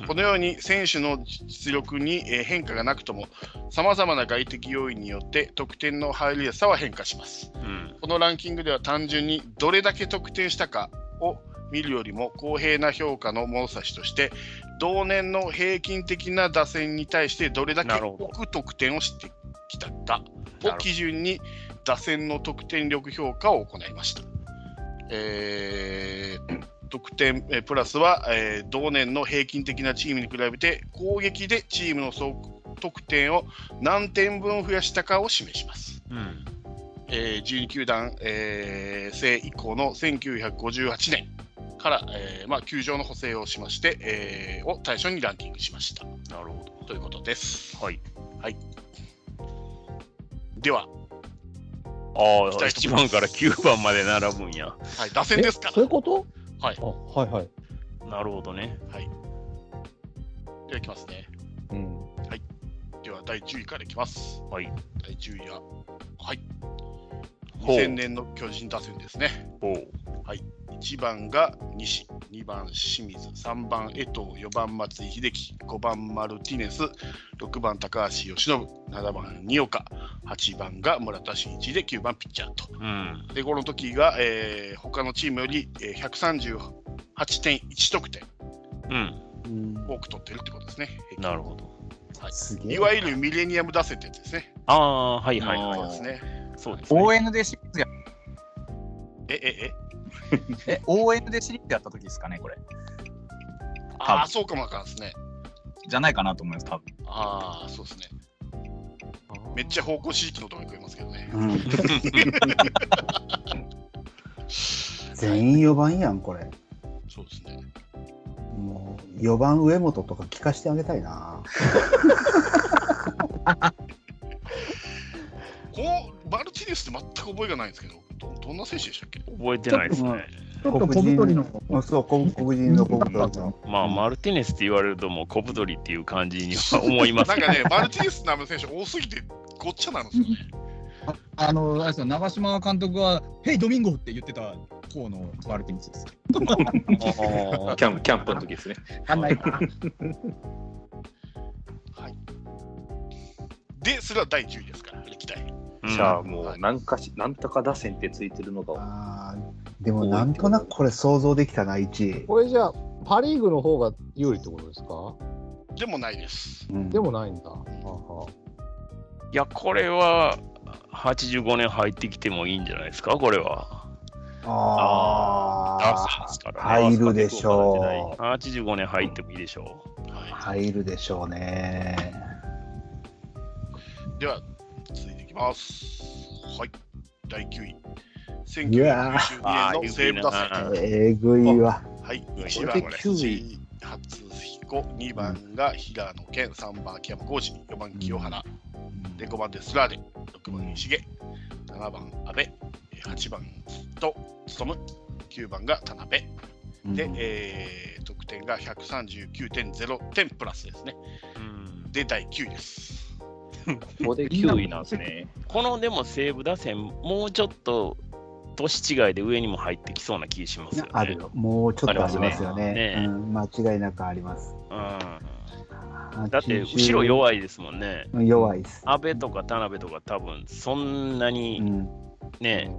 このように選手の実力にえー変化がなくともさまざまな外的要因によって得点の入りやすさは変化します。
うん
このランキングでは単純にどれだけ得点したかを見るよりも公平な評価の物差しとして同年の平均的な打線に対してどれだけ
なるほど
多く得点をしてきたか
ほど
を基準に打線の得点力評価を行いました。えー得点えープラスは、えー同年の平均的なチームに比べて攻撃でチームの総得点を何点分増やしたかを示します。
うん
えー12球団、えー制以降の1958年から、えーまあ、球場の補正をしまして、えーを対象にランキングしました
なるほ
ということです。
ど。はい。
では、
ああ、
期待して
1
ます
番から9番まで並ぶんや。
はい、打線ですか
えそういうこと
はい
あはいはい。
なるほどね。
ら。では、いきますね。
うん。
では、第10位からいきます。
はい。
第10位は、はい、
ほう
2000年の巨人打線ですね。
ほう。
1番が西、2番清水、3番江藤、4番松井秀喜、5番マルティネス、6番高橋由伸、7番二岡、8番が村田真一で9番ピッチャーと。
うん。
で、この時が、えー他のチームより、えー138.1得点
うん。
多く取ってるってことですね。
なるほど。
すげ
いわゆるミレニアム打線ってやつですね。
ああ、はいはい
そ
は
う
い。
ですね。
そうですね。
ON でシリーズや
え、え、え、
え ON でシリーズやった時ですかねこれ
ああ、そうかもわかんないですね。
じゃないかなと思います多分。
ああ、そうですね。めっちゃ方向指示器のとこに食いますけどね。
うん全員4番やんこれ
そうですね。
もう4番上本とか聞かしてあげたいな
このマルチネスって全く覚えがないんですけど、どどんな選手でしたっけ
覚えてないですね。
ちょっと小太りのそうこ黒人の小太りの
まあ、マルティネスって言われると、もう小太りっていう感じには思います
なんかね、マルチネスの名前の選手多すぎてごっちゃなんですよね。
あの、あれですよ、長嶋監督は、ヘイドミンゴって言ってた方のマルティネスです。
キャンプ、キャンプの時ですね。
あんないか。
で、それは第10位ですから、歴代。
うん
じゃあもう、なんかし、なんとか打線ってついてるのが、
あーでもなんとなくこれ想像できたな1位、
これじゃあ、パ・リーグの方が有利ってことですか
でもないです。
うん
でもないんだ。はあはい
や、これは、85年入ってきてもいいんじゃないですか、これは。
あ
ダンスですからね
入るでしょう
85年入ってもいいでしょ
は
入るでしょうね
い、では、続いていきます。はい、第9位。
いやー
1992年の西武打線。
あー
えぐいわ
はい、
ん
1番
こ
が
れ
藤井初彦、2番が平野健、3番秋山浩二、4番清原、で5番でスラーデ、6番石毛、7番阿部、8番と務、9番が田辺、で、えー得点が139.0点プラスですね。
う。うん
で、第9位です。
ここで9位なんですね。
このでも西武打線、もうちょっと年違いで上にも入ってきそうな気しますよね。
あるよもうちょっとありますよね
あり
うん、間違いなくあります
うん、だって後ろ弱いですもんね。
い弱いです、
安倍とか田辺とか多分そんな
う
に
ん、
あ
ね、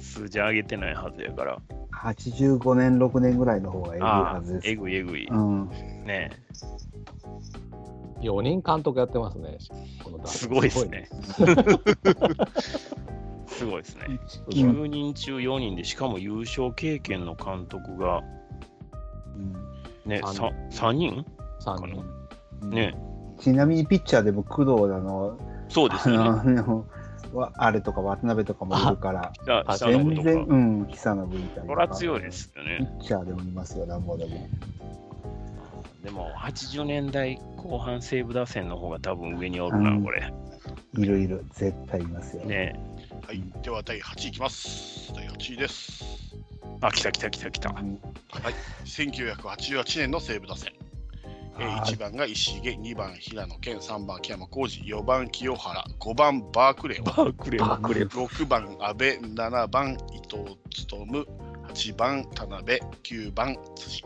数字上げてないはずやから。
85年6年ぐらいの方がえぐい
あ
は
あ
ず、で
え
す
ぐいえぐい。
うん、
ね
4人監督やってますね。この打
すごいです
(laughs)
ね。すごいですね。
すごいね。
9人中4人で、しかも優勝経験の監督がね、
三
さ三人
三
かな
人。
ね、
ちなみにピッチャーでも工藤だの、
そうです
あ
よね。
の、あのわあれとか渡辺とかもいるから、
下
あ
下の
全
子
然、
と
う
か。
ん、久信いたり
そ
と
ら
か。
強いで。すよ
ピ
ね。
ッチャーでもいますよ、なんぼでも。
でも、80年代後半西武打線の方が多分上におるな、これ。
いるいる、絶対いますよ。
ね
はい、では第8位いきます。第8位です。
あ、来た来た来た来た
う。ん
はい、1988年の西武打線。えー
はい
1番が石毛、2番平野健、3番木山浩二、4番清原、5番バークレオ、
バークレー。
バークレー
6番阿部、7番伊藤勉、8番田辺、9番辻。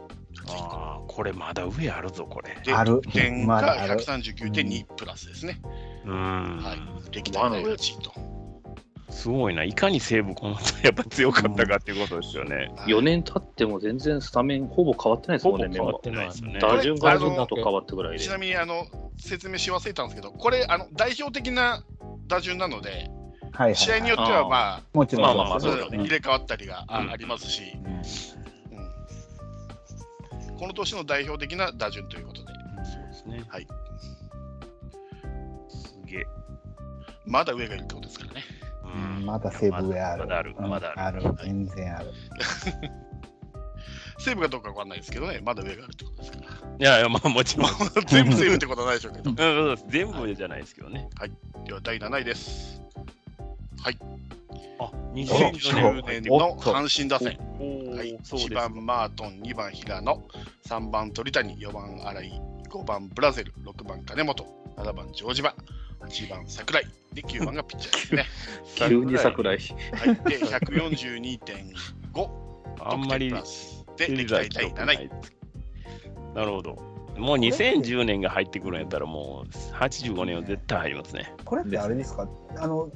ああ、これまだ上あるぞ、これ。
で、
ある
得点
まだ
が
ある
139.2プラスですね。
うーん。
はい、歴代の8位と。
すごいな。いかに西武この時やっぱ強かったかっていうことですよね。
は
4
い
年経っても全然スタメンほぼ変わってないですも
ほ
ん
ぼ
ね、
変わってないですよね。
打順
あ
が
れ
ちょっと変わったぐらいで
ち。なみにあの説明し忘れたんですけど、これあの代表的な打順なので、
はいはいはい、
試合によっては
あー
まあ
もちろん
まあまあまあ
そ
そうう
だよ
だよ
ね
ね
入れ替わったりがあ,、
うん
ありますし、
うん
うんこの年の代表的な打順ということで、
そうですね。
はい。
すげえ。
まだ上がいるってことですからね。
う
うん
ん
まだ西武上ある。
まだある。
うん
まだある。
ある。全然ある。
西武がどうかわかんないですけどね、まだ上があるってことですから。
いやいや、まあもちろん。
(laughs) 全部西武ってことはないでしょうけど。
うん (laughs) うん全部じゃないですけどね。
では第7位です。
あ、
2010
2020
年
年
の阪神打線。
の。
はい、
そうです
1。番マートン、2番平野、3番鳥谷、4番新井、5番ブラゼル、6番金本、7番城島、8番桜井、で9番がピッチャーですね。
急に桜井。
はい、で142.5。
あんまり
得点プラスで
テレビ
歴
は
代
記
第
憶
7
な
位。
いですなるほど。もう2010年が入ってくるんやったら、もう85年は絶対入りますね。
これってあれですかあの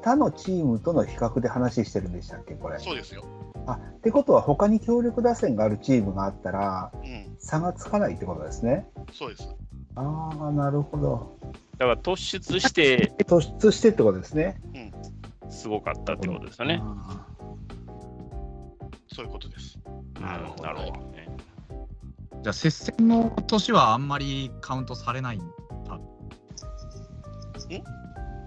他のチームとの比較で話してるんでしたっけこれ。
そうですよ。
あってことは他に強力打線があるチームがあったら
うん、
差がつかないってことですね。
そうです。
ああなるほど。
だから突出して
突出してってことですね。
すごかったってことですよね。
あ
そういうことです。
うんなるほどね。
じゃあ、接戦の年はあんまりカウントされないんだ。
え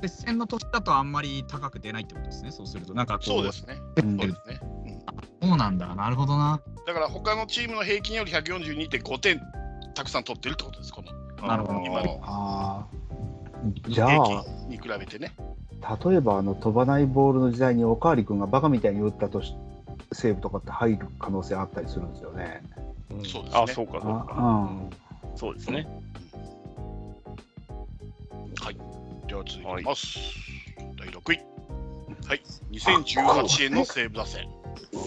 接戦の年だとあんまり高く出ないってことですね、そうすると。なんかこう、
そうですね。
ーうん
そうですね。
そうなんだ、なるほどな。
だから他のチームの平均より142.5点たくさん取ってるってことです。この
なるほど。
今の
あーじゃ
平
あ
均に比べてね。
例えばあの飛ばないボールの時代におかわり君がバカみたいに打ったとしセーブとかって入る可能性あったりするんですよね。
うん
そうですね。
あ、そうか、そうか。
あうん
そうですね。
はい。では続いてます。第6位。はい。2018年の西武打線。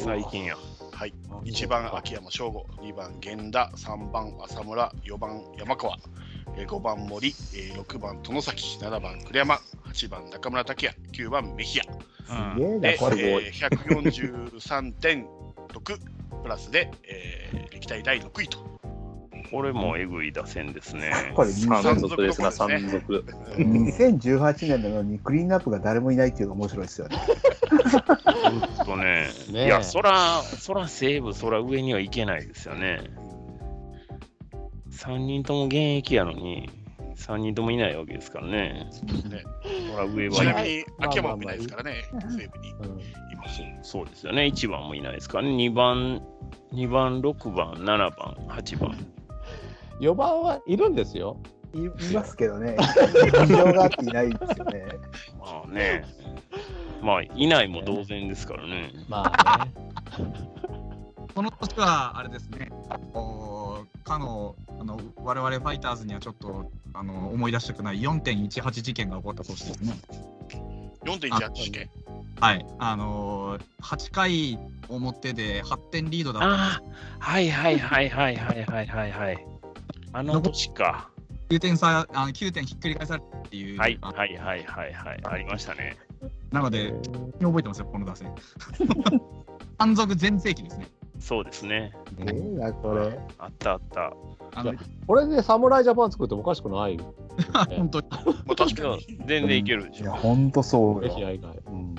最近や。
はい。1番秋山翔吾、2番源田、3番浅村、4番山川、えー5番森、えー6番外崎、7番栗山、8番中村拓也、9番メヒア。
すげえな
で、
これ。
えー、143.6プラスで、えー、歴代第6位と。
これもえぐい打線ですね。
これ
3連続ですな、
三
3連
連
続。
2018年なのにクリーンアップが誰もいないっていうのが面白いですよね。
ちょっとね。
ねえ
いや、そら、そら西武、そら上にはいけないですよね。3人とも現役やのに、3人ともいないわけですからね。
ね
そら上
ちなみ
は
に、秋山もいないですからね、西武にい
うん
ます。
そうですよね。1番もいないですからね。2番、2番、6番、7番、8番。
四番はいるんですよ。
いますけどね、事情があっていないんですよね。
まあ (laughs) ね。まあ、いないも同然ですからね。
まあね。
この年はあれですね、おかのあの我々ファイターズにはちょっとあの思い出したくない4.18事件が起こった年ですね。
4.18試験。
はい、あのー、8回表で8点リードだった
ああ、はいはいはいはいはいはいはいはい。あの年か。
9点差あの9点ひっくり返されたっていう、
はい
あ
はいはいはいはい。ありました (laughs) ね。
なので、覚えてますよ、この打線。 (laughs) 単独全盛期で
(laughs)
すね。
そうですね。
えーなこれ。
あったあった。
あの
いやこれで侍ジャパン作ってもおかしくないよ。
本当に
まあ確かに。
全然いけるでし
いや、
ょ。
ほんとそう
試合
よ。
以外。
うん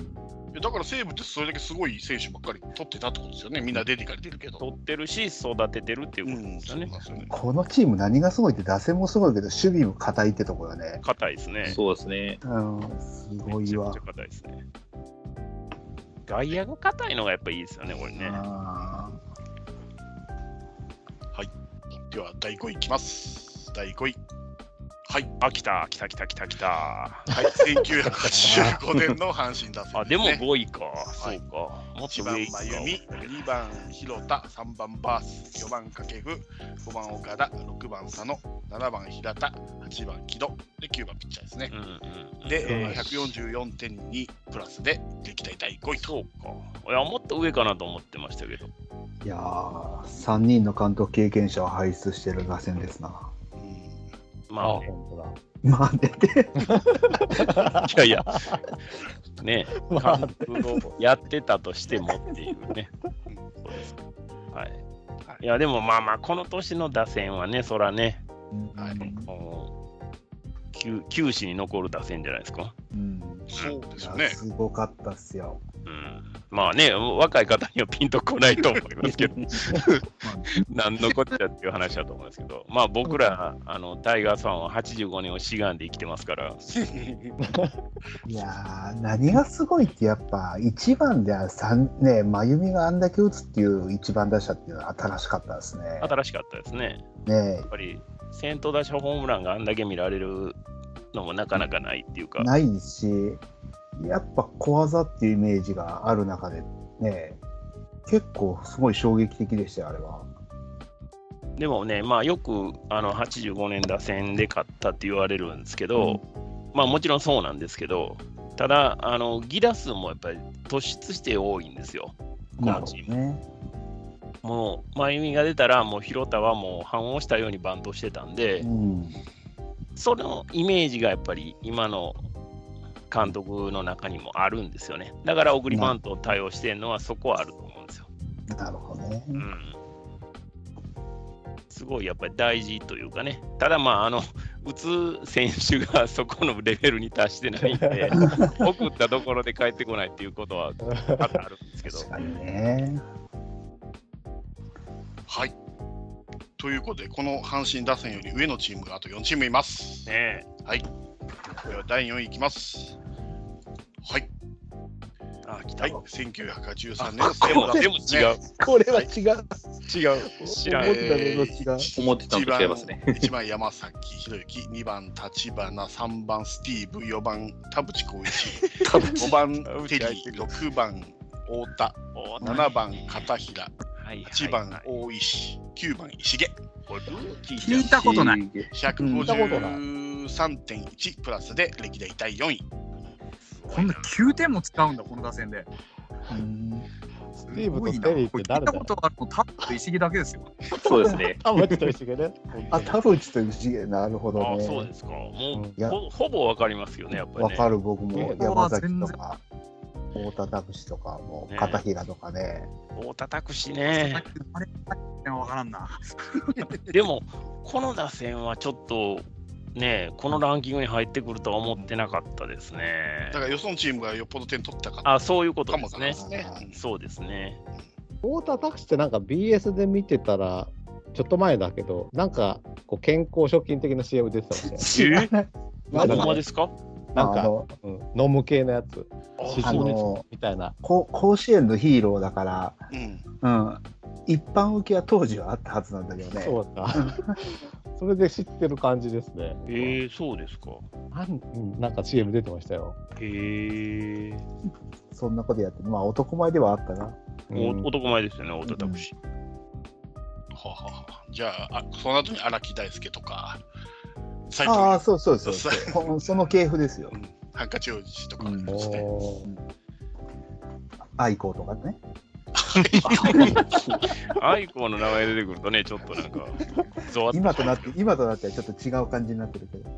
やだから西武ってそれだけすごい選手ばっかり取ってたってことですよね。みんな出てかれてるけど。
取ってるし、育ててるっていう
う
ことで
ん、
す
そ
よ
うなん
ね。
ですよね。
このチーム何がすごいって打線もすごいけど守備も硬いってとこよね。
硬いですね。
そうですね。
うん、すご
め
い
ちゃ
わ
くちゃ。硬いですね。外野が硬いのがやっぱいいですよね、これね。
あ
では第5位いきます。第5位。はい。
あ、来た、来た、来た、来た、来た。
はい、1985年の阪神打線すね、
あ、でも5位か。そ
いう
か。もっと
1番
上行くか
真由美、2番広田、3番バース、4番掛布、5番岡田、6番佐野、7番平田、8番木戸、で9番ピッチャーですね
う。んうんうん。
で、
え
えー144.2プラスで歴代第5位と。
そうか。いや、もっと上かなと思ってましたけど。
ーいやー、3人の監督経験者を輩出してる打線ですな。
うん
ま
あ
あ、
あ、
ね、
本当だ。
まあ、出て、
いやいや、 (laughs) ね、
まあ
監督をやってたとしてもっていう (laughs) ね。そうですねはい。いや、でもまあまあ、この年の打線はね、そらね、
はい
もう球球史に残る打線じゃないですか。
うん、
そうですよ
いや
ね。
すごかったっすよ。
うん、まあね、若い方にはピンとこないと思いますけど、何のこっちゃっていう話だと思うんですけど、まあ僕ら、あのタイガースファンは85年を志願で生きてますから、
いやー、何がすごいって、やっぱ1番では三ね、真由美があんだけ打つっていう1番打者っていうのは新しかったですね。
新しかったですね。
ね
やっぱり先頭打者ホームランがあんだけ見られるのもなかなかないっていうか、
ないし、やっぱ小技っていうイメージがある中で、ね、結構すごい衝撃的でしたよ、あれは。
でもね、まあ、よくあの85年打線で勝ったって言われるんですけど、まあもちろんそうなんですけど、ただ、あのギダ数もやっぱり突出して多いんですよ、このチーム。
ね。
もう、真由美が出たら、もう広田はもう反応したようにバントしてたんで、
うん。
そのイメージがやっぱり今の監督の中にもあるんですよね。だから送りバントを対応してるのは、そこはあると思うんですよ。
なるほどね。
うんすごいやっぱり大事というかね、ただまあ、あの打つ選手がそこのレベルに達してないん (laughs) で、送ったところで帰ってこないっていうことは多々あるんですけ (laughs) ど、
確かにね。
はい。ということで、この阪神打線より上のチームがあと4チームいます。
ね
では第4位いきます。はい。
え、あ来た、
はい。1983年の
でもでも違う、
これは違う。
違う。
知らん
思ってたのと違う。
思ってたのと違いますね。
1番山崎宏之、2番立花、3番スティーブ、4番田淵光一、5番テリー、6番太田、
お
7番片平、
はいはい
8番大石、9番石毛、
これルーキーじゃ
聞いたことない。
い。
153.1プラスで歴代第4位。
こんな9点も使うんだ、この打線で。
うん
ス
ティーブとテリーって誰だ
聞いたことあるの、タップと石木だけですよ。
そうですね。
田淵と一緒ね。
あ、田淵と石毛、なるほど
あ
ね。
そうですか、も
いや
うほほぼわかりますよね、やっぱり
わ
ね。
かる、僕も
ここ
山
は
崎
全然
とか、太田拓司とか、もう
ね
片平とかね。
大叩くしね。
あれ、わからんな。
でも、この打線はちょっと、ね、このランキングに入ってくるとは思ってなかったですね
だ。からよそのチームがよっぽど点取ったか
あそういうこと
か
で
も
す
で
ね。
すね。
そうですね。
太田拓司ってなんか BS で見てたら、ちょっと前だけど、なんかこう健康食品的な CM 出てたもんね。
え
(laughs) らない
ほ
なん
ん
か
ま
ね
ですか
なん
あ
か、
の
うん飲む系のやつ、市
あ
場熱
の
みたいな。
こ甲子園のヒーローだから、
うん。
うん、一般受けは当時はあったはずなんだけどね。
そうか。 (laughs) それで知ってる感じですね。
えー、そうですか。
なんうんなんか CM 出てましたよ。
へえ、
そんなことやって、まあ男前ではあったな。
お
うん
男前ですよね、大叩くし。
はははじゃああ、その後に荒木大輔とか、斎藤
ああ、そうそうそう
そ
そううこその系譜ですよ
う。んハンカチ王子とか
うん
ですね。
おー
愛好とかね。
(laughs) アイコンの名前出てくるとね、ちょっとなんか、ゾワッ
今となって、今となってはちょっと違う感じになってるけど、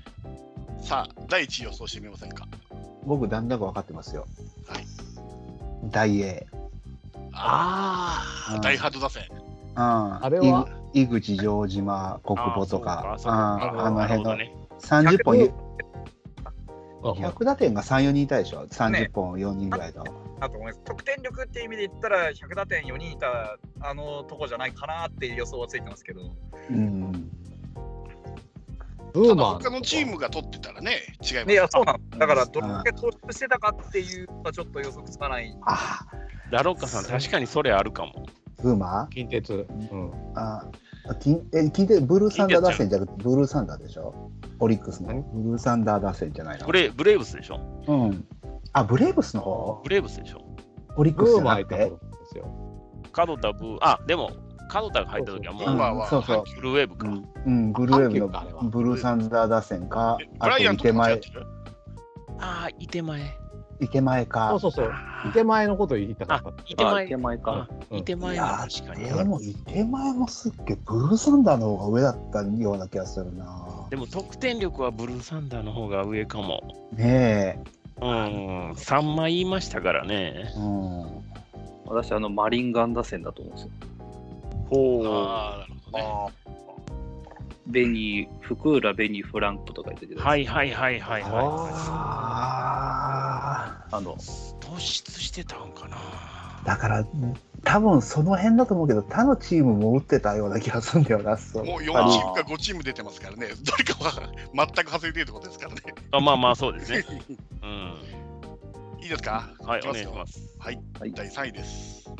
(laughs) さあ、第1位予想してみませんか。
僕だんだん分かってますよ。
はい
大英。
あ
う
あ、
ん
ダイハード打線。
あ
あれはい
井口城島国
あー
保と
そう
か
そう
あああの
な
辺
る
の
ほどね
30本
100
ゆ
あまあ
100打点が3、4人いたでしょ、30
ね
本、4人ぐらいだ。
だと思います。得点力っていう意味で言ったら、100打点4人いたあのとこじゃないかなっていう予想はついてますけど、
うん、
ブ
た
ー
だ
マン
他のチームが取ってたらね、違います
いや、そうなんだから、どれだけ投出してたかっていうのはちょっと予測つかない。
あ
ラロッカさん、確かにそれあるかも。
ブーマ
近鉄、うん、
ーあ金え金でブルーサンダー打線じゃなくて、ブルーサンダーでしょ、オリックスのブルーサンダー打線じゃないの。
ブレブレーブスでしょ
うん、あブレーブスの方
ブレーブスでしょ
オリックス
ブ
じ
ー
ゃ
マ
な
ンい
く
たとこ
て
ろですよ。
角田ブー、あ、でも、角田が入った時はも
ブ
う、
ーマーは
そうそう
ブルーウェーブか。
うん、ブルーウェーブ
阪急かあれは
のブルーサンダー打線か
え、ブ
あ
ラ
と
イアンと
池
かもやっ
前
てる
ああ、いて前。
池前
そう
か。
そうそう。手前のこと言いたかったって。
いて
あ、
前
手。前か。
うん
いて
い
前
や
は確かに。
でも池前もすっげえブルーサンダーの方が上だったような気がするな。
でも得点力はブルーサンダーの方が上かも。
ね
うん、3枚言いましたからね
え。。うん。
私、あの、マリンガン打線だと思うんですよ。
ほ
あーなるほ
ベニー、フクーラ、ベニー、フランクとか言ってる
う。はいはいはいはいは
あ
あの、
い。突出してたんかな。
あ。だから多分その辺だと思うけど他のチームも打ってたような気がするんだよな。そ
どね。もう4
やっぱり
チームか5チーム出てますからね、どれかは全く外れてるってことですからね。
あまあまあ、そうです (laughs) ね。うん。
いいですか
はい、
き
お
ま
願いし
よ
ます。
はい、
はい
第3位です。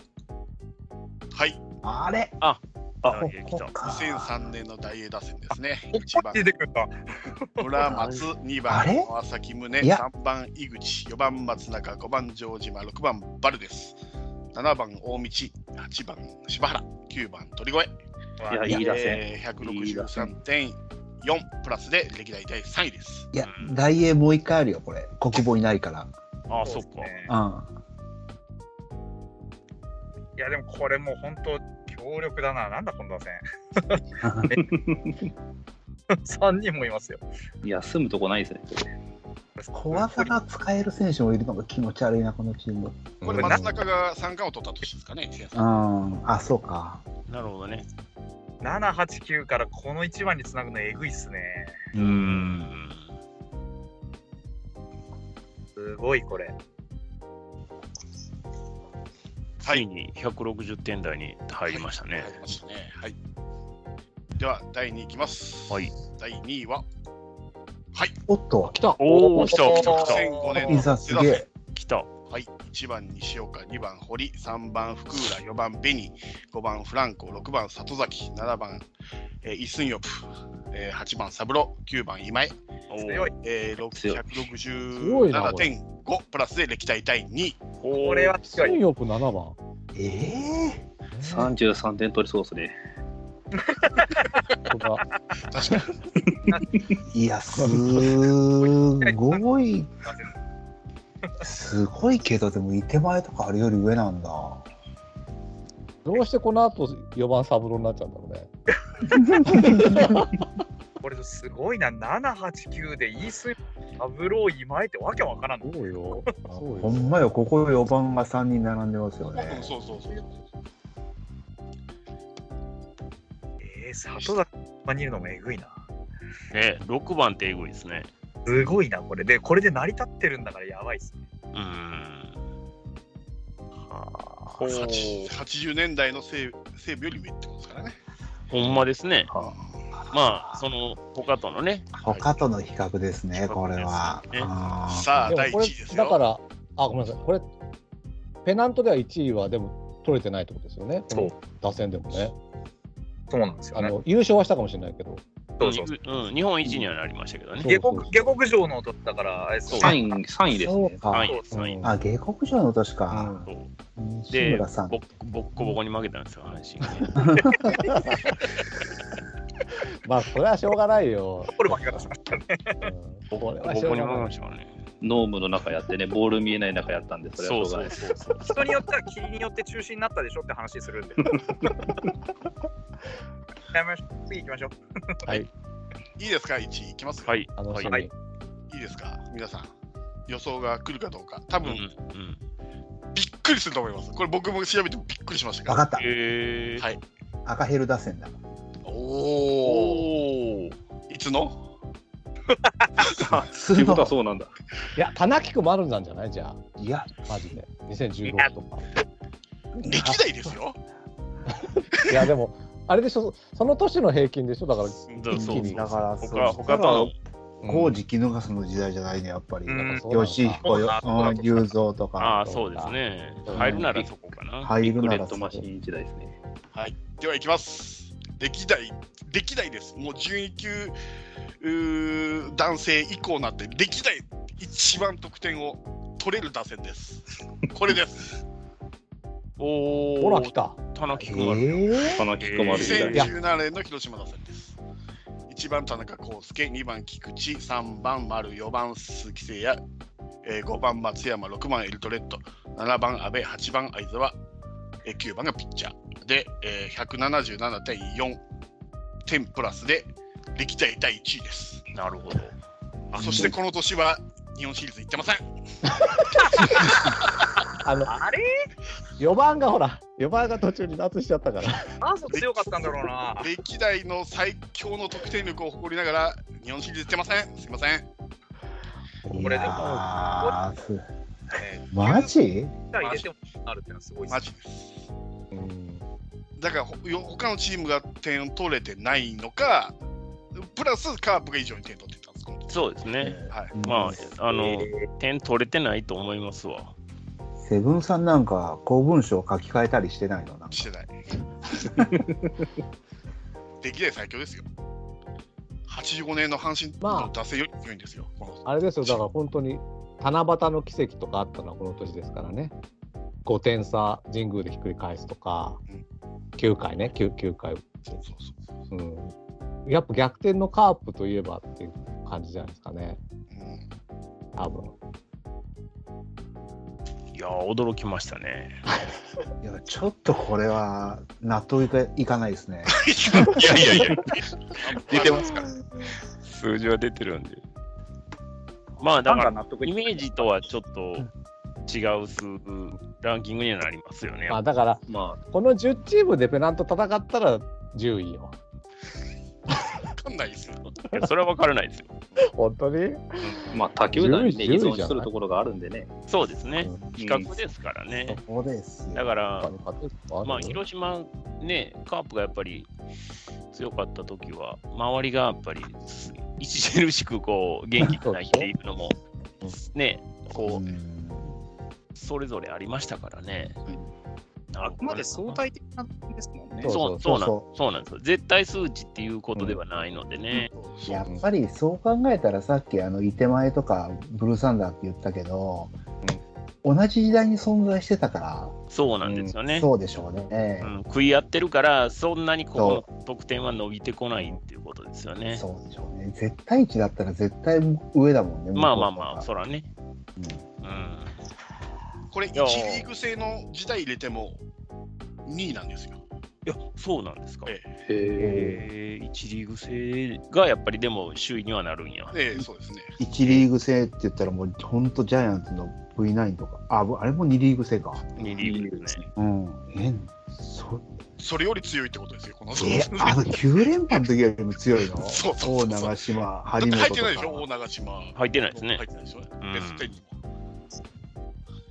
はい、
あれ。
あ
あ
あ
ここか。
2003年の大英打線ですね。
こ
1
こ
番
に出てくるんだ。
村松、2
あれ
番川崎宗、
いや
3番井口、4番松中、5番城島、6番バルです。7番大道、8番柴原、9番鳥越。
いや、いい打線。
えー163.4プラスで歴代第3位です。
いや大英もう一回あるよこれ。国母いないか
ああ、そっか。
ね
ら。
いや、でもこれもう本当、強力だな。なんだ、この打線。
うん。
3人もいますよ。
休むとこないですね。
小技が使える選手もいるのが気持ち悪いなこのチーム。
これ松中が三冠を取った年ですかね、千
う
さん
ん。あそうか。
なるほどね。
7、8、9からこの1番につなぐのえぐいっすね。
うーん。
すごい、これ。
ついに160点台に入りましたね
入。りましたね。はい。では第2位いきます。
はい。
第2位は
おっと。
来た。
おお、来た来た来た。
2005年
い
の
ざすげえ。
来た。
はい、1番西岡、2番堀、3番福浦、4番紅、5番フランコ、6番里崎、7番、えー、イスンヨプ、えー、8番三郎、9番今井、
おー
強い。
え
強い
ー、
ごいなこれ
167.5プラスで歴代第2位。
これは強
新
い。
欲7番。
ええ
33点取りそうですね。
ここが
確かに。
いやすごいすごいけどでもい手前とかあるより上なんだ。
どうしてこの後4番サブローになっちゃうんだろうね。
これすごいな。7、8、9でイース、アブロー、今えってわけわからん。
そうよ。そうよ。
ほんまよここ4番が3人並んでますよね
うん。そうそうそう。
えー、里崎にいるのもえぐいな。
ね、6番ってえぐいですね。
すごいな、これ。で、これで成り立ってるんだからやばいっすね。
うーん。
は
ほ
80
う
80年代の西西部より上ってことですからね。
ほんまですね。
は
まあ、その、他とのね。
他との比較ですねこれは。
比較ですね
あー
さあ、
でも
第
こ
1位です
れだか
よ。
ら、あ、ごめんなさい。これ、ペナントでは1位はでも取れてないってことですよね。
そう。
打線でもね。
そうなんですよ
あ
ね。
の優勝はしたかもしれないけど。
そうそうそう。
うん、日本一にはなりましたけどね。
そう
下克下克上の取ったから、あれそう。
3位、3位です
そ
ね
う。か
3。位、
うん
3位。
あ下克上の年
うん
か。
そう
志
で
村さん
ボ。ッ、ボッコボコに負けたんですよ、阪神がね。
まあ、これはしょうがないよ。
これ負け方しましたね。
うん、これ
ボコ
は
ボ
しょ
コ
う
に
が
負け
な
ま
い。
したからね。
ノームの中やってね、ボール見えない中やったんで、それ
そ
は
う
しょうが
そ
ない。
うそうそう。
人によっては霧によって中止になったでしょって話するんで。やめましょう次行きましょう。
いいですか、1位いきますよ
はい。
楽
は
しみ。
い。
いいですか、皆さん。予想が来るかどうか。多
うん
分、
うん。
びっくりすると思います。これ僕も調べてびっくりしました
分
か。
からった
えー。
はい
赤ヘル打線だ。
おお。いつの
ということはそうなんだ。
いや、田中君もあるんじゃないじゃ
いや、
あ、マジで。2016とか。
歴代ですよ。
いや、でも、あれでしょ、その年の平均でしょ、だから、
そうそう
一気に
だから、
他
そう
他と
工事絹笠の時代じゃないね、やっぱり。
うん
そうなのか
吉彦よ、うん雄三と
あ
か
あ、。そうですね。入るならそこかな。
入る
ブ
な
レ
ら
ッ
そ
ド
う
マシン時代ですね。
では行きます。歴代、歴代です。もう12級うー男性以降なんて、歴代一番得点を取れる打線です。これです。
お
ほら、
ー
来、た。
田中君ある。
ええ
このキックもある時代。
2017年の広島打線です。1番田中康介、2番菊池、3番丸、4番鈴木誠也、えー5番松山、6番エルトレッド、7番阿部、8番相澤、えー9番がピッチャー。で、えー、177.4点プラスで歴代第1位です。
なるほど。
あそしてこの年は日本シリーズ行ってません。
あの、
あれ
4番がほら、4番が途中に脱しちゃったから。
あそこ強かったんだろうな。
歴代の最強の得点力を誇りながら日本シリーズ行ってません。すいません。
い
これでも
やーすマジ
入れてもあるってのはすごいっす
マジです。だからほよ他のチームが点を取れてないのか、プラスカープが以上に点取ってたんです、今度
そうですね。
はい、
まあ、あの
え、
点取れてないと思いますわ。
セブンさんなんか公文書を書き換えたりしてないのなんか
してない。歴代最強ですよ。85年の阪神
まあ
の打線より強いんですよ。この
あれですよ、だから本当に、七夕の奇跡とかあったのはこの年ですからね。5点差、神宮でひっくり返すとか
うん、
9回ね、9, 9回、
そうそうそう
うん。やっぱ逆転のカープといえばっていう感じじゃないですかね、
うん
多分。
いやー、驚きましたね。
いやちょっとこれは納得いかいかないですね
いやいやいや、
出てますから。
(laughs) 数字は出てるんで。まあ、だ
なん
か、
から納得い
イ
く
メージとはちょっと違う数ランキングにはなりますよね。
まあ、だから、
ま
この10チームでペナント戦ったら10位よ。
わかんないですよ。
いやそれは分からないですよ。
本当に
あ、まあ、他球団にね依
10位じゃない
存するところがあるんでね。
そうですね
う。
比較ですから
そ
ね。
こです
だ
よ
から、
あ
まあ、広島、ね、カープがやっぱり強かった時は、周りがやっぱり著しくこう元気がないっていうのも、ね、こ
う
う、
ん
それぞれありましたからね。
あ
あ
くまで相対的なですもんね。
そう
そ
そ
そう
ううなん
そ
そうなんですよ。絶対数値っていうことではないのでね。
やっぱりそう考えたらさっきあの伊手前とかブルーサンダーって言ったけど、同じ時代に存在してたか
そうなんですよ
ら、
ね。
そうでしょうね
う、ん、食い合ってるから、そんなにこの得点は伸びてこないっていうことですよね。
そうでしょうね絶対値だったら絶対上だもんね
まあまあまあ、
向こ
そらね。うん。
これ、1
いやー
リーグ制の時代入れても2位なんですよ。
いや、そうなんですか。
え
へ
えー、1リーグ制がやっぱりでも首位にはなるんや。
ええ、そうですね。
うは1リーグ制って言ったらもうほんとジャイアンツの V9 とかああれも2リーグ制か
2リーグですね。
うんえそ
それより強いってことですよ、この。
えあ
(laughs)
の9連覇の時よりも強いの
そうそうそう
大長島
だって
張
入っ
本
て
と
ないでしょ、
か
大長島。
入ってないですね
入ってないでしょ。
ん
ベスト10にも。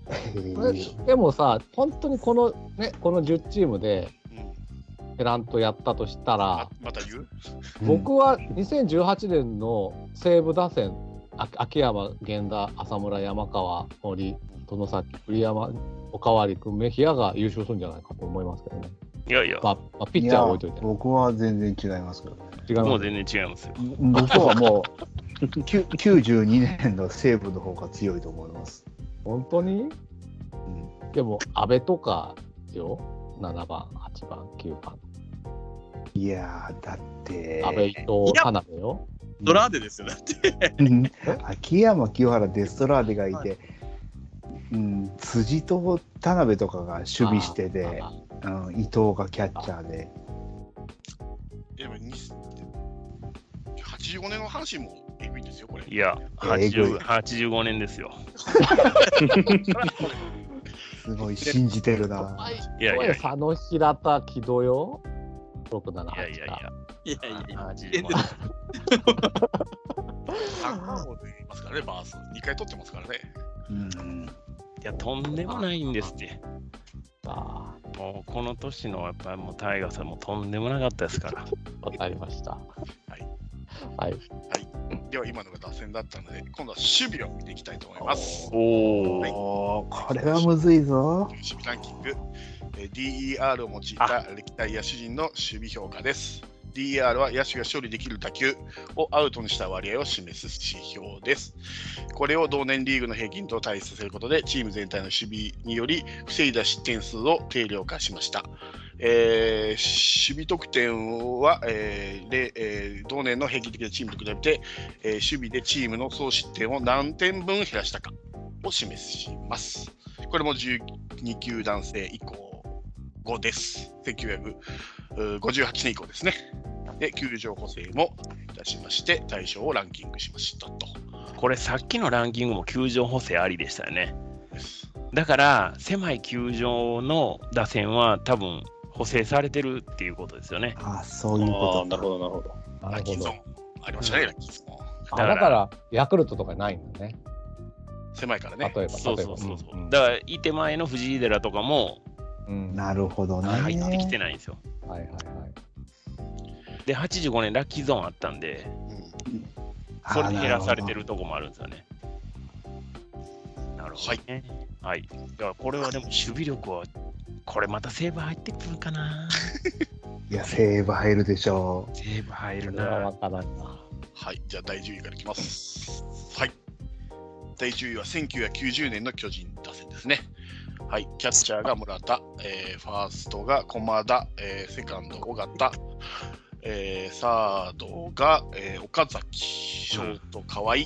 へ
これ
え
でもさ、本当にこの,、ね、この10チームで
うん
ペナントやったとしたら
ま、また言う
僕は2018年の西武打線、あ秋山、源田、浅村、山川、森、外崎、栗山、おかわり君、メヒアが優勝するんじゃないかと思いますけどね。
いやいや、
まあ、まあピッチャーは置いといて
や。僕は全然違いますけどね
違い
も
ま
う
す。
全然違いますよ。
僕はもう (laughs) きゅ92年の西武の方が強いと思います。
本当に
うん
でも、安倍とかよ、7番、8番、9番、
いやーだって
安倍と田辺よ。
ドラーデですよ、だって。
うん (laughs) 秋山清原デストラーデがいて、うん、辻と田辺とかが守備してて、
あ
うん、伊藤がキャッチャーで
いやでもに85年の阪神もえぐいんですよ、これ。
いや、80 85年ですよ。
すごい信じてるな。
いやいやいや
佐野平田木戸よ。六七
いやい
八
やいや。
いやいやいや。
85
3
年
冠王と言いますからね、バース。2回取ってますからね。
うん
いや、とんでもないんですって。
あ
もうこの年のやっぱりもうタイガーさんもとんでもなかったですから。
あ、わかりました。はい。はい。
では、今のが打線だったので、今度は守備を見ていきたいと思います。
お
はい
おーこれはむずいぞ。
守備ランキング、えー DER を用いた歴代野手陣の守備評価です。DER は野手が処理できる打球をアウトにした割合を示す指標です。これを同年リーグの平均と対比させることで、チーム全体の守備により防いだ失点数を定量化しました。えー守備得点は、えーでえー同年の平均的なチームと比べて、えー守備でチームの総失点を何点分減らしたかを示します。これも10 2球団制以降後です。1958年以降ですね。で、球場補正もいたしまして、対象をランキングしましたと。
これさっきのランキングも球場補正ありでしたよね
です。
だから狭い球場の打線は多分補正されてるっていうことですよね。
あそういう
ああ、
こ
なる
とか。
ほど、なるほど。
な
ラ
る
ッキーゾ
ほど
ー。ン。ありましたね、ラッキーゾーン。
あだから、ヤクルトとかないんだね。
狭いから
例え
ね。
ば、例えば。
そうそうそうそう。
ん
だからいて前の藤井寺とかも
うんは
なるほどね。
入ってきてないんですよ。
いはいはい。
で85年ラッキーゾーンあったんで
うん
それで減らされてるとこもあるんですよね。なるほどね。はい。だからこれはでも守備力はこれまたセーブ入ってくるかな。
いや、セーブ入るでしょ
セーブ入る
それは
な
わ。からんな。
はい、じゃあ第10位からいきます。はい。第10位は1990年の巨人打線ですね。はい、キャッチャーが村田、えーファーストが駒田、えーセカンド尾形、えーサードが、えー岡崎、ショート河合、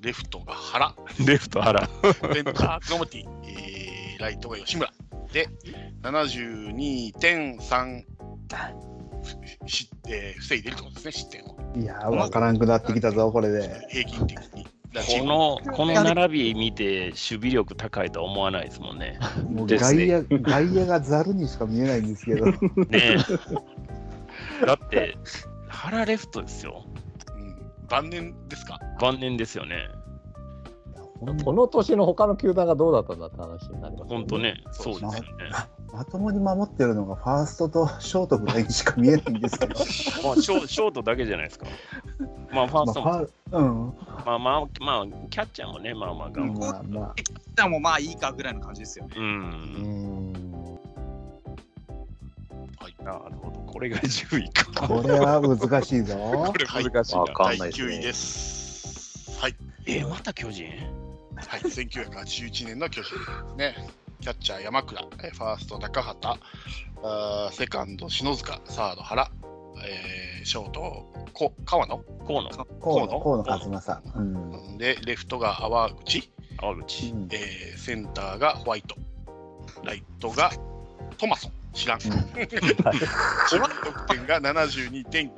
レフトが原、
レフト原。
ベンカー、クロモティ、えーライトが吉村。で、72.3し、えー防いでるってことですね、失点を。
う。いや、わからんくなってきたぞ、これで。
平均的に。だからチー
こ
ム
のこの並び見て守備力高いとは思わないですもんね。
もう
です
外
ね
野、外野がザルにしか見えないんですけど。
ねえだって原レフトですよ。
うん晩年ですか
晩年ですよね。
この年の他の球団がどうだったんだって話になります、
本当。ね、そうですよね。
まともに守ってるのがファーストとショートぐらいにしか見えないんですけど。
まあショショートだけじゃないですか。まあファー
ま
ス
あ、フ
トも、
ァーうん。
まあまあ、まあ、キャッチャーもね、まあまあ頑張
まあま
じゃあもうまあいいかぐらいの感じですよね。
う。
うんん。
なるほど。これが10位
あ、
か。
これは難しいぞ
こ。れはい、
難しいな
わかんない
第
です
9位
ね。
です。はい、
えまた巨人
はい、1981年の巨人ですね。キャッチャー山倉、えーファースト中畑、あーセカンド篠塚、サード原、えーショートこ川野、
河野、
河
河野
野、河野和正。うん。
でレフトが淡口、
川口。
えーセンターがホワイト、ライトがトマソン、知らん。チーム得点が72.9で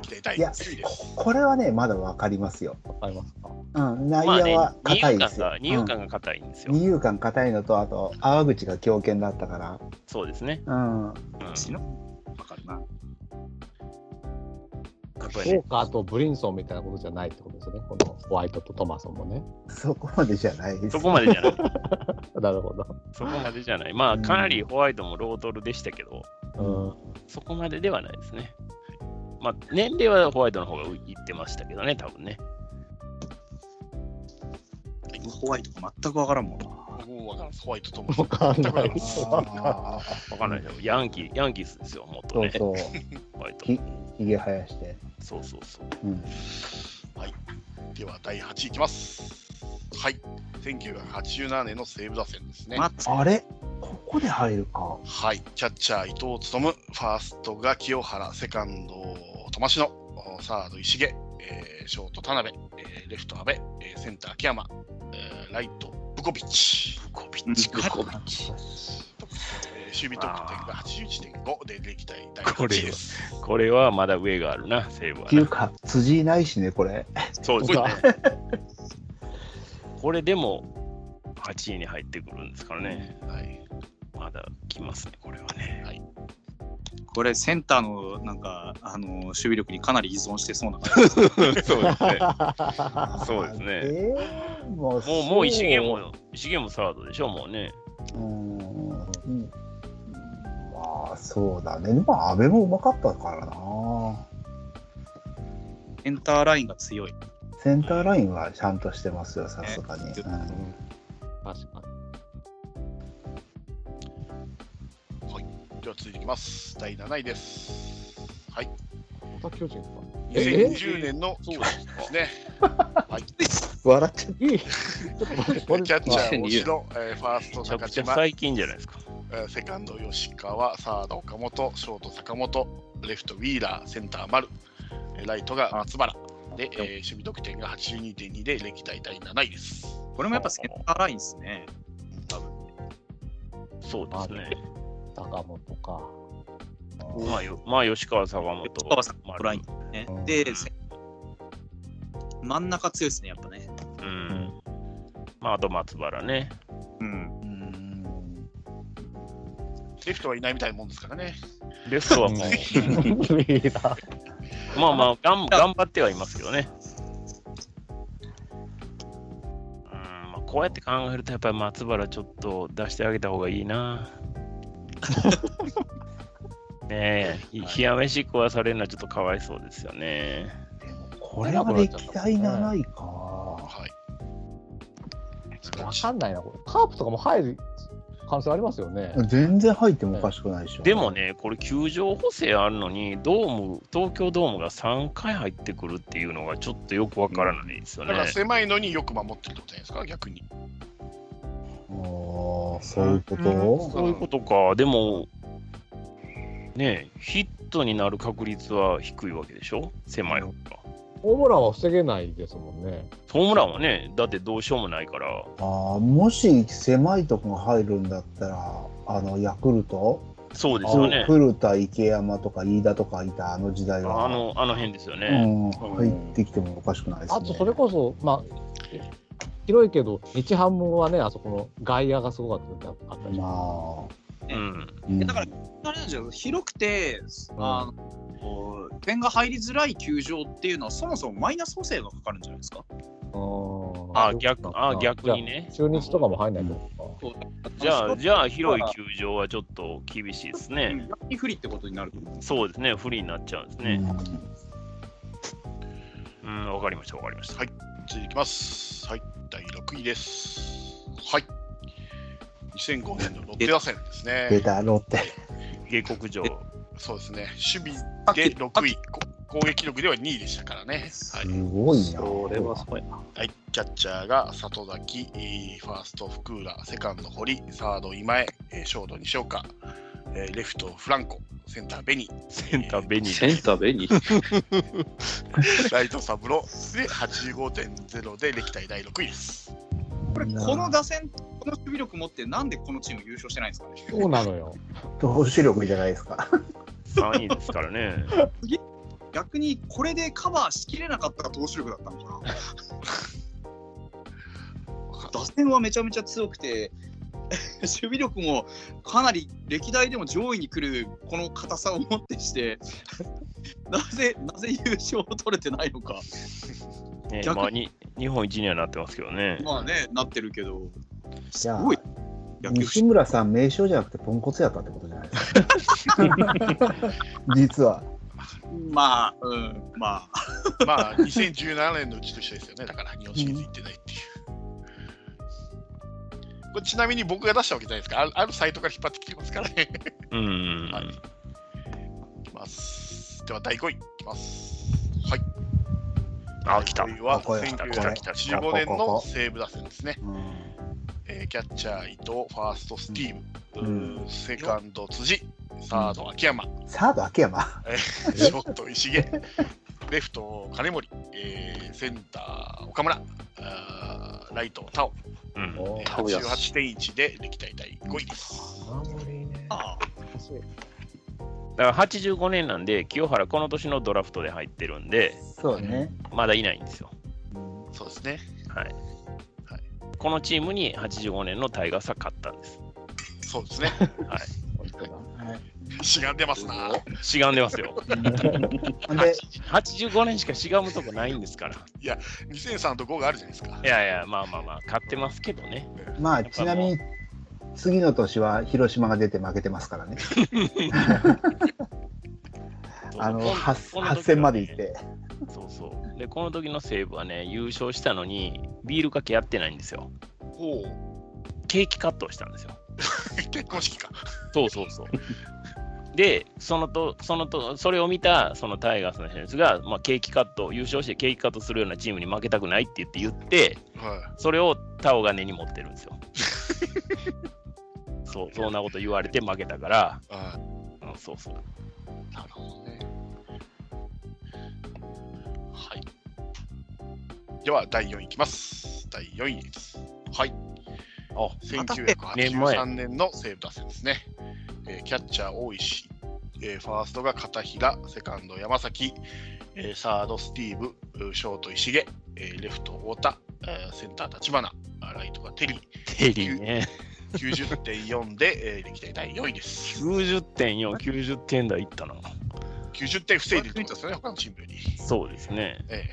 歴代第
いや
9位で
こ
す。
これはね、まだわかりますよ。
わかりますか。
うん、内野は
二
硬
遊
いで
間
すよ
が、。二遊間が硬いんですよ。
二遊間硬いのと、あと、泡口が強肩だったか
そうですね。
ら。うん。
うん
死ぬわかるな。
やっ
ウ
ぱり
ォ
ね
ーカーとブリンソンみたいなことじゃないってことですよね。このホワイトとトマソンもね。
そこまでじゃないです。
そこまでじゃない。 (laughs)
なるほど。
そこまでじゃない。まあ、
うん
かなりホワイトもロードルでしたけど、
うん。
そこまでではないですね。まあ、年齢はホワイトの方がいってましたけどね、多分ね。
ホワイトが全くわからんもんな。
もうわからんですホワイトトマソ
わ
ン。
かんない。
あ
わかんないけど、ヤンキー、ヤンキースですよ、元
ー
ね、
そうそう。
ホワイト。
ひひげ生やして。
そうそうそ
う
う。
ん。
では第8位いきます。はい。1987年の西武打線ですね。
まあ、
あれここで入るか。
はい。キャッチャー伊藤勤、ファーストが清原、セカンド玉城、サード石毛、えーショート田辺、えーレフト阿部、えーセンター秋山、えーライトブコビッチ。ブコビッチ
か
えー守備得点が81.5で歴代第
こ
8
れ
位です。
これはまだ上があるな、西武
っ
は
てい
な、
うか、辻いないしね、これ。
そうです
そう
ね。これでも8位に入ってくるんですからね。
はい。
まだ来ますね、これはね。
これセンターのなんかあの守備力にかなり依存してそうな感
そうですね。そうですね
えーもう
もう、もう石毛も、石毛もサードでしょ、もうね。
うんうんまあそうだねまあ阿部もうまかったからな
じ。センターラインが強い。
センターラインはちゃんとしてますよさすがに、うん
確か
では続いていきます。第7位です。はい。
また巨人か。
2010年の巨人ですね。
笑っちゃっ
いい。ちょっと待って、
キ
こ
ャッ
れ
チャー、
2020
大城、えーファースト、
めちゃ
中
くちゃ
島、
最近じゃないですか。
えーセカンド吉川、サード岡本、ショート坂本、レフトウィーラー、センター丸、えーライトが松原。で、えー守備得点が82.2で歴代第7位です。
これもやっぱセンターラインですね。
そうですね。
高本か。
まあ、よまあ、吉川、坂本。
吉川坂
まあ
ライン、ね。で、せ真ん中強いですね、やっぱね。
うん。まあ、あと松原ね。
うん。
うん
レフトはいないみたいなもんですからね。
レフトはも
うん
う、
リーダー。
まあまあ、がん頑張ってはいますけどね。うん、まあ、こうやって考えると、やっぱり松原ちょっと出してあげた方がいいな。ねえ、ひ冷や飯食わされるのはちょっとかわいそうですよね。
これは歴代7位か
はい。
わかんないな、これ。カープとかも入る可能性ありますよね。
全然入ってもおかしくないでしょ
でもね、これ、球場補正あるのに、ドーム、東京ドームが3回入ってくるっていうのが、ちょっとよくわからないですよ
だ
ね。
から狭いのによく守ってるってことじゃないですか、逆に。
あーそういうこと、
そういうことか、でも、ねえ、ヒットになる確率は低いわけでしょ、狭い方が。
ホームランは防げないですもんね。
ホームランはね、だってどうしようもないから、
あーもし狭いとこが入るんだったらあのヤクルト、
そうですよね。
古田池山とか飯田とかいたあの時代は
あのあの辺ですよ
う
ね。
ん、入ってきてもおかしくないですね
あと、それこそ、まあ、広いけど、日ハムはね、あそこの外野がすごかった時あったじゃん
ま
う、
うん
あ、うん
だからあれなんですよ広くて、あのこう点が入りづらい球場っていうのは、そもそもマイナス補正がかかるんじゃないですか。
あ逆あ逆に。ね
よくなったじゃあ中日とかも入んないけど。
じゃあ、じゃあ広い球場はちょっと厳しいです
う
ね。
ん逆に不利ってことになると思う
そうですね、不利になっちゃうんですね。うん、わかりました、わかりました。
はい続いていきます。はい。第6位です。はい。2005年のロッテ打線です
うん出
ね。
たロッテ
下克上。
そうですね。守備で6位、こ攻撃力では2位でしたからね。はい
す。ごいな
それはすごいな。
はい、キャッチャーが里崎、えーファースト福浦、セカンド堀、サード今江、えーショート西岡、えーレフトフランコ、センターベニ、
センター、ベ
(laughs)
ニー。
センターベニー。
ライトサブロで85.0で歴代第6位です。
これ、
いや
この打線、この守備力持って、なんでこのチーム優勝してないんですかね。
そうなのよ。
投手力じゃないですか
3位ですからね。
逆にこれでカバーしきれなかったが投手力だったのか
(laughs)
な。打線はめちゃめちゃ強くて、 (laughs) 守備力もかなり歴代でも上位に来るこの硬さをもってして、 (laughs) なぜなぜ優勝を取れてないのか、
ね
逆
まあ、に日本一にはなってますけどね。
まあね、なってるけど、
じ
す
ゃあ
ごい野球不
西
思議
村さん名称じゃなくてポンコツやったってことじゃないですか実は
まあ、うん、まあ、
まあ、2017年のうちと一緒ですよね。だから日本シリーズ行ってないっていう。これちなみに僕が出したわけじゃないですか。あるあるサイトから引っ張ってきてますからね。
うん。
はいいきます。では第5位いきます。はい。
あ、来た。
第5位は
ここよ
来た来た
来た
1985年の西武打線ですね。
うん
えーキャッチャー伊藤、ファーストスティーブ、
うん
うーセカンド辻、サード秋山、
サード秋山
えーショート石毛、レフト金森、えーセンター岡村、あーライト田尾、
うん
えー
田尾や
88.1で歴代第5位です。
まあ
だから85年なんで、清原、この年のドラフトで入ってるんで、
そうね、
まだいないんですよ。
そうですね。
はい
はい
このチームに85年のタイガースは勝ったんです。 (laughs)
そうですね。
はい、
本当だ
しがんでますな。
しがんでます
(laughs)
よ。
で、
85年しかしがむとこないんですから。
2003と5があるじゃないですか。
いやいや、まあまあまあ、買ってますけどね。
まあちなみに次の年は広島が出て負けてますからね。あの8
この時はね
八戦まで行っ。て。
そうそう。で、この時の西武はね、優勝したのに、ビールかけやってないんですよ。
ほう。
ケーキカットをしたんですよ。
結婚式か。
そうそうそう。で、そのと、そのと、それを見た、そのタイガースの人ですが、まあ、ケーキカット、優勝してケーキカットするようなチームに負けたくないって言って言って、
は
それをタオガネに持ってるん (laughs) ですよ。そう、そんなこと言われて負けたから、
い。は
うん、そうそう。
い。なるほどね。はい。では、第4位いきます。第4位です。はい。
あ
1983年の西武打線ですね。えーキャッチャー大石、えーファーストが片平、セカンド山崎、えーサードスティーブ、うーショート石毛、えーレフト太田、えーセンター立花、あライトがテリー。
テリーね。
90.4で、えー歴代第4位です。
90.4、90点台いったな。
90点防いでるってことですよね、他のチームより。
そうですね。
え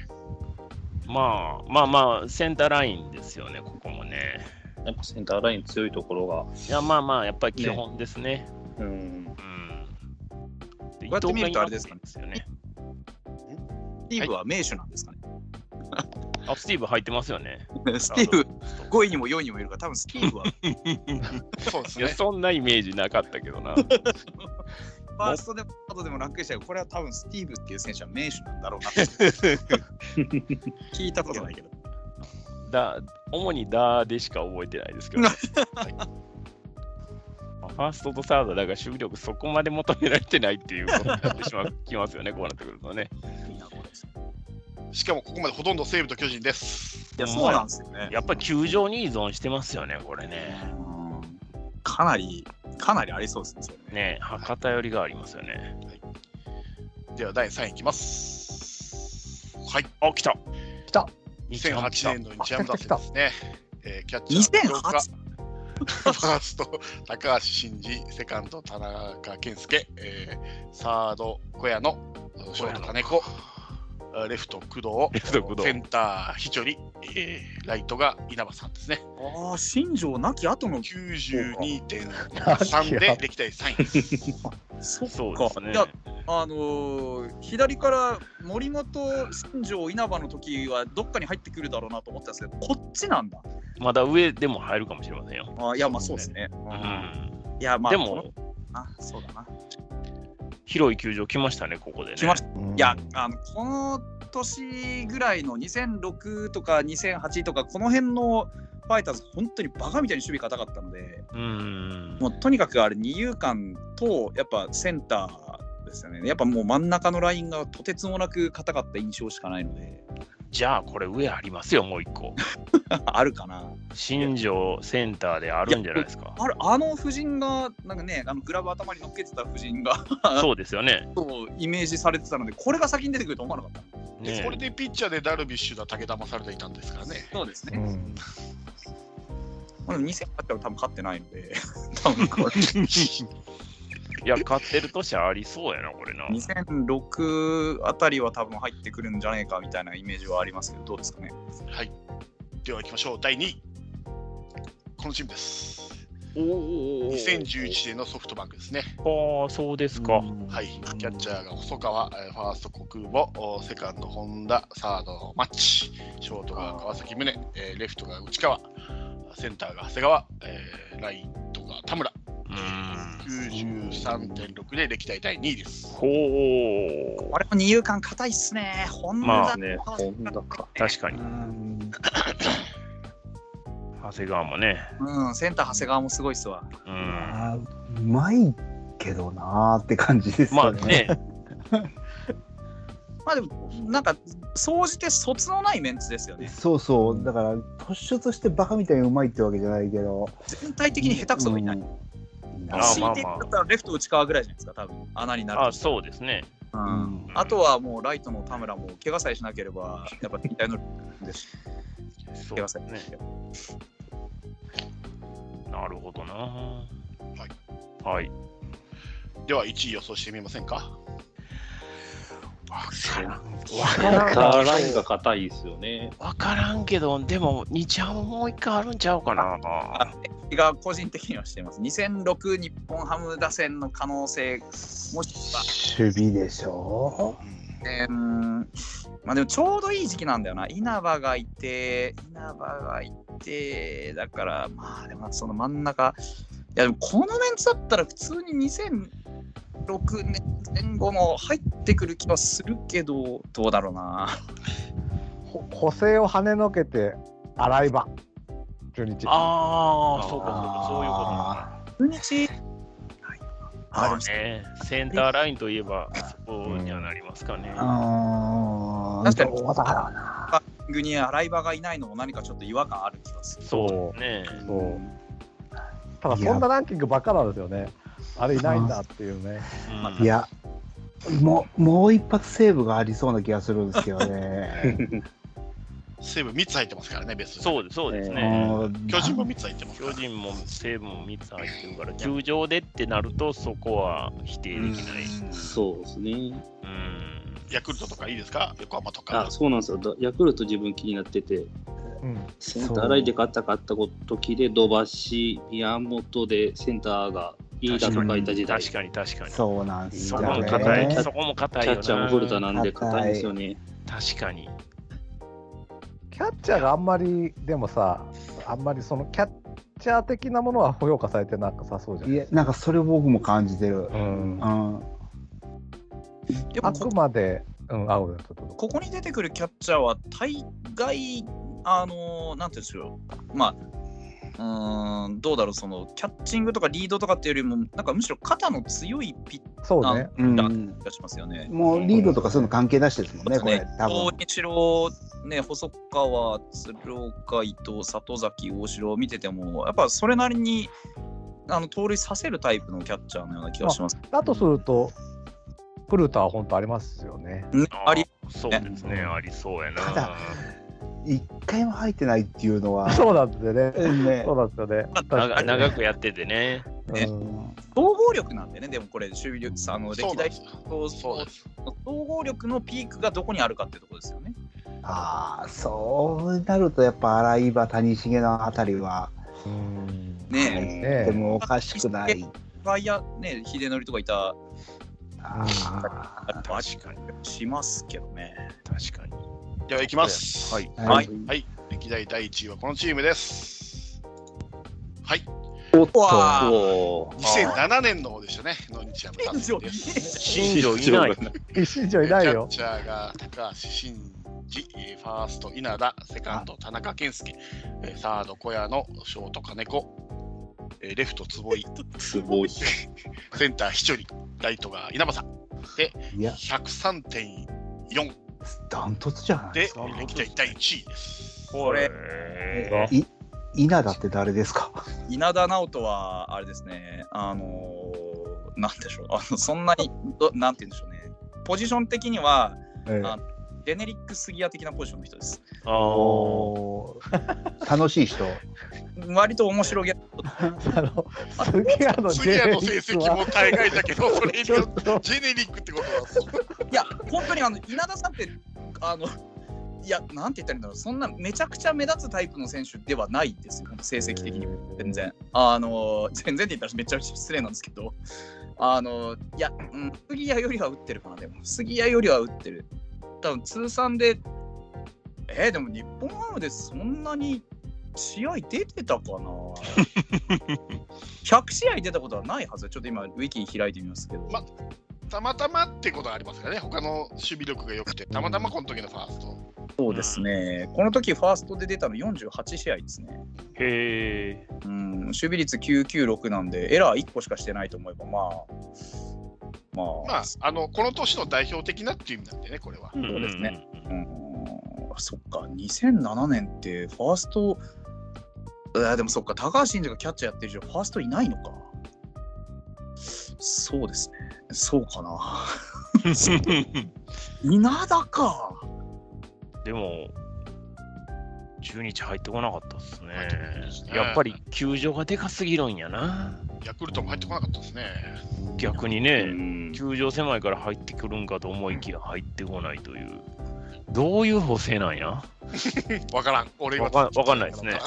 まあまあまあ、センターラインですよね、ここもね。
やっぱセンターライン強いところが、
いや、まあまあ、やっぱり基本ですね。
うん、
うん。で
こうやって見るとあれですかね
伊藤がいなくていいん
スティーブは名手なんですかね。
ですよね。あ、スティーブ入ってますよね。
(laughs) スティーブ5位にも4位にもいるから、多分スティーブは (laughs) フ
えそうです
いや、
ね。
そんなイメージなかったけ
(laughs)
どな。
ァーストでもサードでもランクインしたけど、これは多分スティーブっていう選手は名手なんだろうなって (laughs) 聞いたことないけど。
だ主にダーでしか覚えてない
(laughs)
ですけど、はいまあファーストとサードだから守備力そこまで求められてないっていうことになってしまうきますよね、こうなってくるとね。
しかもここまでほとんど西武と巨人です。
いや、そうなんですよね。
やっぱり球場に依存してますよね、これね。
うんかなり、かなりありそうですね。それね
ね博多寄りがありますよね。
では、第3位いきます。はい。
あ、来た
来た
2008年の日ハム打線ですね。えーキャッチャー、
2008
藤岡ファースト、高橋 (laughs) 真司、セカンド、田中健介、えーサード、小屋の、ショート、金子、あレフト、工
レ
藤、
フト工藤
センター、ひちょり、えーライトが稲葉さんですね。
ああ、新庄なき後の、
92.3で歴代3位です。
そ
そうですね
い。やあのー左から森本、新庄、稲葉の時はどっかに入ってくるだろうなと思ってたんですけど、こっちなんだ。
まだ上でも入るかもしれませんよ。
あーいや、まあそうですね。
う
うん
ん、
いや、まあ、
で
この
も、
あそうだな。
広い球場来ましたね、ここでね。
来ました。
うん
いや、あの、この年ぐらいの2006とか2008とか、この辺のファイターズ、本当にバカみたいに守備硬かったので、
うん。
もうとにかくあれ、二遊間と、やっぱセンターですよね。やっぱもう真ん中のラインがとてつもなく硬かった印象しかないので、 (laughs)
じゃあ、これ上ありますよ、もう一個。
あるかな。
新庄センターであるんじゃないですか。
あれ、あの夫人が、なんかね、あのグラブ頭に乗っけてた夫人が
そうですよね。
そうイメージされてたので、これが先に出てくると思わなかった。
ね
これでピッチャーでダルビッシュだ、武田もされていたんですからね。
そうですね。
うん
まあ、でも2008は多分勝ってないので、多分これ
いや、買ってる年ありそうやな、これな。
2006あたりは多分入ってくるんじゃねえかみたいなイメージはありますけど、どうですかね。
はい。では行きましょう。第2位。このチームです。2011年のソフトバンクですね。
ああ、そうですか。
はい。キャッチャーが細川、えーファーストコクーボ、おセカンド本田、サードマッチ、ショートが川崎宗、えーレフトが内川、センターが長谷川、えーライトが田村。
うん。
93.6で歴代第2位です。。
ほう。
あれも二遊間硬いっすね。本田、
まあ
ね、本田か。
確かに。長谷川もね。
うん、センター長谷川もすごいっすわ。
うん。
あうまいけどなーって感じです
ま
よ
あ
ね。
ね、
まあでも、なんか、総じて卒のないメンツですよね。
そうそうだから突出としてバカみたいにうまいってわけじゃないけど
全体的に下手くそもいない。
うん
あ
強
まあ
いて言ったらレフト内川ぐらいじゃないですか、多分穴になる
あ
と
あそうですね。
うん
うん
あとはもうライトの田村も怪我さえしなければ、やっぱ引退のです
そう
怪
で
我さ
す
えしな
ね
け。れば。
なるほどな。はいはい。
では1位予想してみませんか
わからん
ラインが硬いですよね。
わからんけど、でも、日ハムもう一回あるんちゃうかな。
が個人的にはしています。2006日本ハム打線の可能性、もしくは、
守備でしょ
えーんまあでもちょうどいい時期なんだよな。稲葉がいて、稲葉がいて、だからまあでもその真ん中、いやでもこのメンツだったら普通に2006年前後の入ってくる気はするけど、どうだろうな。
ほ補正を跳ねのけて洗い場中日
ああ、そうか、そうか、そういうことなのか
中日、
な。あるね。センターラインといえば、そうにはなりますかね。
あ
確かに
どうだろうな
具に洗い場がいないのも何かちょっと違和感ある気がする。
そうね。
そうただそんなランキングばっかなんですよねあれいないんだっていうね
うん
いやもうもう一発セーブがありそうな気がするんですけどね
西武3つ入ってますからね、ベスト
そうですそうですね。
もう
巨人も3つ入ってますから
巨人も西武も3つ入ってるから、球場でってなると、そこは否定できない。
うん
そうですね。
うん。
ヤクルトとかいいですか横浜と
あ
か、。
そうなんですよ。だヤクルト自分気になってて、
うん
センターラインで勝った勝った時で、土橋、宮本でセンターが飯田とかいた時代、キ
確かに確かに。
そうなんです
そ
よ
こ
ね
も硬い。
ね
そこも硬いよ
ャ
な。
ッチャーも古田なんで
硬い
硬いんですよね。
確かに。
キャッチャーがあんまりでもさあんまりそのキャッチャー的なものは評価されてなさそうじゃ
い
ない
やなんかそれ僕も感じてる、
う
うん
ん、
でも
あ
こ
くまで、うん、青のとこ
ここに出てくるキャッチャーは大概、あのーなんていうんでしょう、まあ、うーん、どうだろう、その、キャッチングとかリードとかっていうよりも、なんかむしろ肩の強いピッチ
そうね
うん
だャーしますよね。
もうリードとかそういうの関係なしですもんね、これ、多
大
分
一郎、ね、細川、鶴岡、伊藤、里崎、大城を見てても、やっぱそれなりに、あの盗塁させるタイプのキャッチャーのような気がします。
だとすると古田は本当ありますよ (laughs) ね
ねあり
ーそうですね。ありそうやな。
ただ一回も入ってないっていうのは、
そうなんですよね
ね
そうなんですよね確か
長
に
長くやっててね。
ね
うん
総合力なんでね、でもこれ、守備力さ、あの
そ
歴
うなん
代
ですよ
と
そうです。
総合力のピークがどこにあるかってとこですよね。
ああ、そうなると、やっぱ洗い場、谷繁のあたりは、
ね
え
え、
でもおかしくない。
ファイヤーね、秀則とかいた
あ
あと味しますけどね。
確かに。
では行きます。
はい。
ー
はい
はい。歴代第1位はこのチームです。はい。
おっと
わー
おー
2007年の方でしたね。の日ハム打線です。
新庄いない。
一以上いないよ
キャッチャーが高橋真司、えーファースト稲田、セカンド田中健介、えーサード小屋のショート金子、えーレフト坪井、
すごい。
センター飛距離、ライトが稲葉さん、
いや、
103.4
ダントツじゃないで
です
か。
歴代第1位です。
これ、
え
い稲田って誰ですか
稲田直人は、あれですね、あのー、なんでしょう、あのそんなに、どなんて言うんでしょうね、ポジション的には、
ええ
あジェネリック杉谷的なポジションの人です。
ーあ
おー楽しい人。
割と面白げ、
あの杉谷の
杉谷の成績も
は
海外だけど、それに
ち
よ
ょ
っ
っと
ジェネリックってことは、
いや、本当にあの稲田さんって、あの、いや、なんて言ったらいいんだろう、そんなめちゃくちゃ目立つタイプの選手ではないですよ、成績的にも全然。あの、全然って言ったらめちゃくちゃ失礼なんですけど、あの、いや、うん、杉谷よりは打ってるかな、でも、杉谷よりは打ってる。多分通算で、えーでも日本ハムでそんなに試合出てたか (laughs) な100試合出たことはないはずちょっと今ウィキ開いてみますけど、
またまたまってことがありますからね、他の守備力が良くて、たまたまこの時のファースト。
そうですね、この時ファーストで出たの48試合ですね。
ー。へえ。
うん、守備率996なんで、エラー1個しかしてないと思えば、まあ、まあ、
まあ、あのこの年の代表的なっていう意味なんでね、これは。
そうですねうん、そっか、2007年って、ファースト、うわでもそっか、高橋真司がキャッチャーやってる以上、ファーストいないのか。そうですね、そうかな。
うん。
稲田か。
でも、中日入ってこなかったっすね。
すね
やっぱり球場がでかすぎるんやな。
ヤクルトも入ってこなかったですね。
逆にね、球場狭いから入ってくるんかと思いきや入ってこないという。どういう補正なんや
わからん。俺
わ
今
かんわかんないです
(laughs)
ね。
は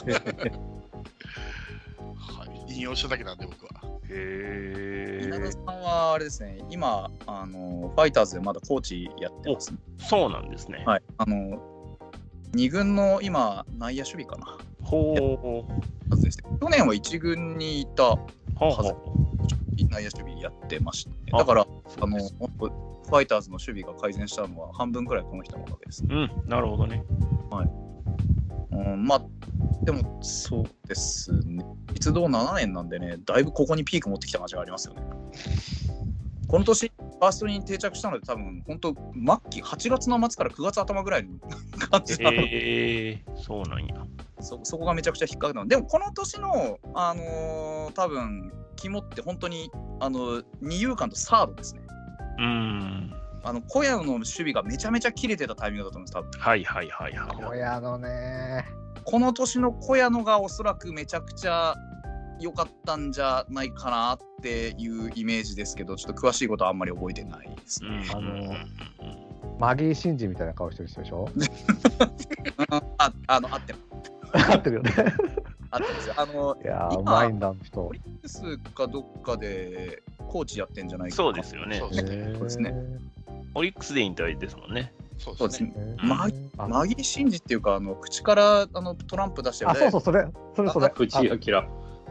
い、引用しただけなんで僕は。
へ
稲
え
田。さんはあれですね、今、あのファイターズでまだコーチやってますね、
そうなんですね。
はい。あの、2軍の今、内野守備かな。
ほう。
はずですね去年は1軍にいた
ほう
はず
ほ
内野守備やってましたね、
あ
だから、
う。
あのファイターズの守備が改善したのは半分くらいこの人のおかげですね。
うん、なるほどね。
うん、まあ、でもそうですね、一度7年なんでね、だいぶここにピーク持ってきた感じがありますよね。この年、ファーストに定着したので、多分本当、末期、8月の末から9月頭ぐらいの感じなので
ええー、そうなんや。
そそこがめちゃくちゃ引っかかったのでもこの年の、あのー多分肝って本当に、あの二遊間とサードですね
うん。
あの小屋の守備がめちゃめちゃ切れてたタイミングだと思うんです多分
はいはいはいは
小屋のね
この年の小屋のがおそらくめちゃくちゃ良かったんじゃないかなっていうイメージですけどちょっと詳しいことはあんまり覚えてないです
い。う
ね、
ん
あのマギー・シンジみたいな顔してる人でしょ
(laughs) ああの合ってます
合ってるよね。
合ってますよあの
いやー、
今
うまいんだ、あの人
オ。リックスかどっかでコーチやってんじゃないかな
そうですよね
そ。うですね。
うですね
へ
オリックスで引退ですもんね。
そう
そう
で
ですす
ね。
ね
ー。
うん
マギ
あ
マギー・シンジっていうかあの口からあのトランプ出して
あ、そうそう、それ、それそれ。
藤井明。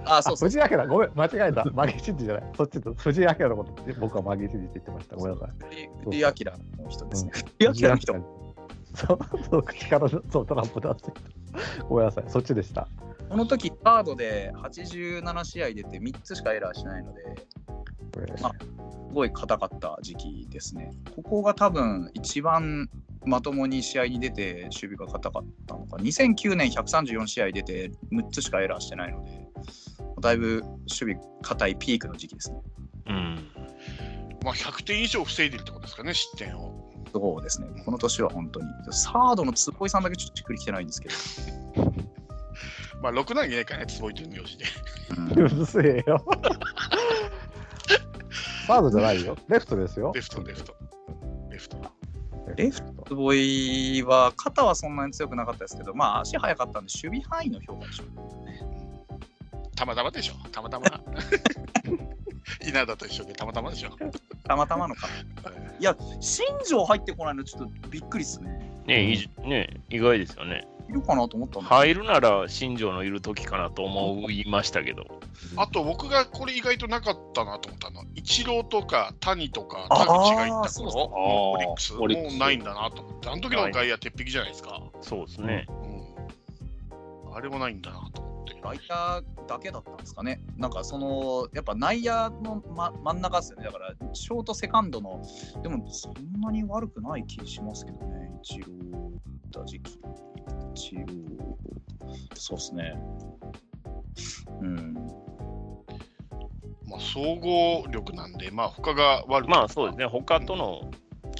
あ
あ
そうそう
藤井明だ、ごめん、間違えた。マギー・シンジじゃない。そっちだ藤井明のこと、僕はマギー・シンジって言ってました。ごめんなさい。
藤井藤井明の人ですね。
明
藤井明の人。
そう、そう、口から、そう、トランプだって。ごめんなさい、そっちでした。
この時カードで87試合出て3つしかエラーしないので、
これ
あすごい硬かった時期ですね。ここが多分一番まともに試合に出て守備が硬かったのか、2009年134試合出て6つしかエラーしてないので、だいぶ守備硬いピークの時期ですね。
うん。
まあ100点以上防いでるってことですかね、失点を。
そうですね、この年は本当に。サードのつっこいさんだけちょっとしっくりきてないんですけど。
まあ6なんじゃないかね、坪井という名字で。
うるせえよ。サードじゃないよ。レフトですよ。
レフト、レフト。レフト。
レフ坪井は肩はそんなに強くなかったですけど、まあ足速かったんで、守備範囲の評価でしょう。
たまたまでしょ、たまたま。稲田と一緒でたまたまでしょ。
たまたまのか。
(laughs)
いや、新庄入ってこないのちょっとびっくりっすね。
ねいじね意外ですよね。
いるかなと思ったんだけど
入るなら新庄のいる時かなと思いましたけど。
あと僕がこれ意外となかったなと思ったのは、イチローとか谷とか
あ
田
ー
口が行った
そう
頃
そう
オリックスも
オリック
う
ス
ないんだなと思って、あの時の外野鉄壁じゃないですか。
そうですね。
うん、あれもないんだなと思って。
ライターだけだったんですかね。なんかその、やっぱ内野の、ま、真ん中ですよね。だから、ショート、セカンドの、でもそんなに悪くない気しますけどね。一郎だ時期。一郎、そうですね。うん。
まあ、総合力なんで、まあ、他が悪く
まあそうですね。他との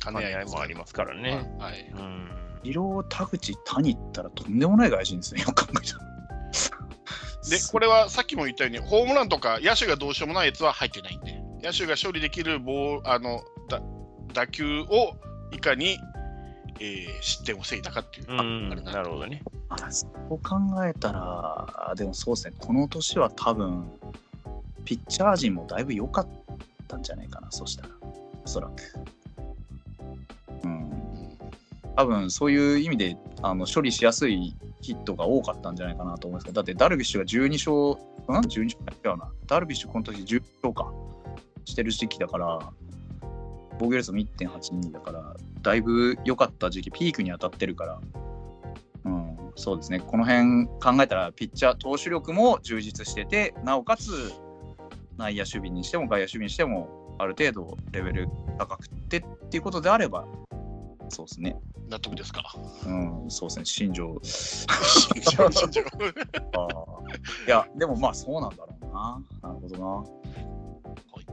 兼
兼ね合いもありますから
す
ね。。
はい。
うん。
二郎、田口、谷ったらとんでもない外人ですね。よく考えたら。
で、これはさっきも言ったように、ホームランとか野手がどうしようもないやつは入ってないんで、野手が処理できるボールあのだ打球をいかに、えー失点を防いだかっていう、
うん、
あれな
なるほどね。
あそう考えたら、でもそうですね、この年は多分、ピッチャー陣もだいぶ良かったんじゃないかな、そしたら、おそらく。うん。多分、そういう意味であの処理しやすいヒットが多かったんじゃないかなと思うんですけど、だってダルビッシュが12勝、うん、12勝だよな、ダルビッシュこの年10勝か、してる時期だから、防御率も1.82だから、だいぶ良かった時期、ピークに当たってるから、うん、そうですね、この辺考えたら、ピッチャー、投手力も充実してて、なおかつ内野守備にしても外野守備にしても、ある程度レベル高くてっていうことであれば、そうですね、
納得ですか。
うん、そうですね、新庄。
信じよう信じよう
あーいや、でもまあそうなんだろうな。なるほどな。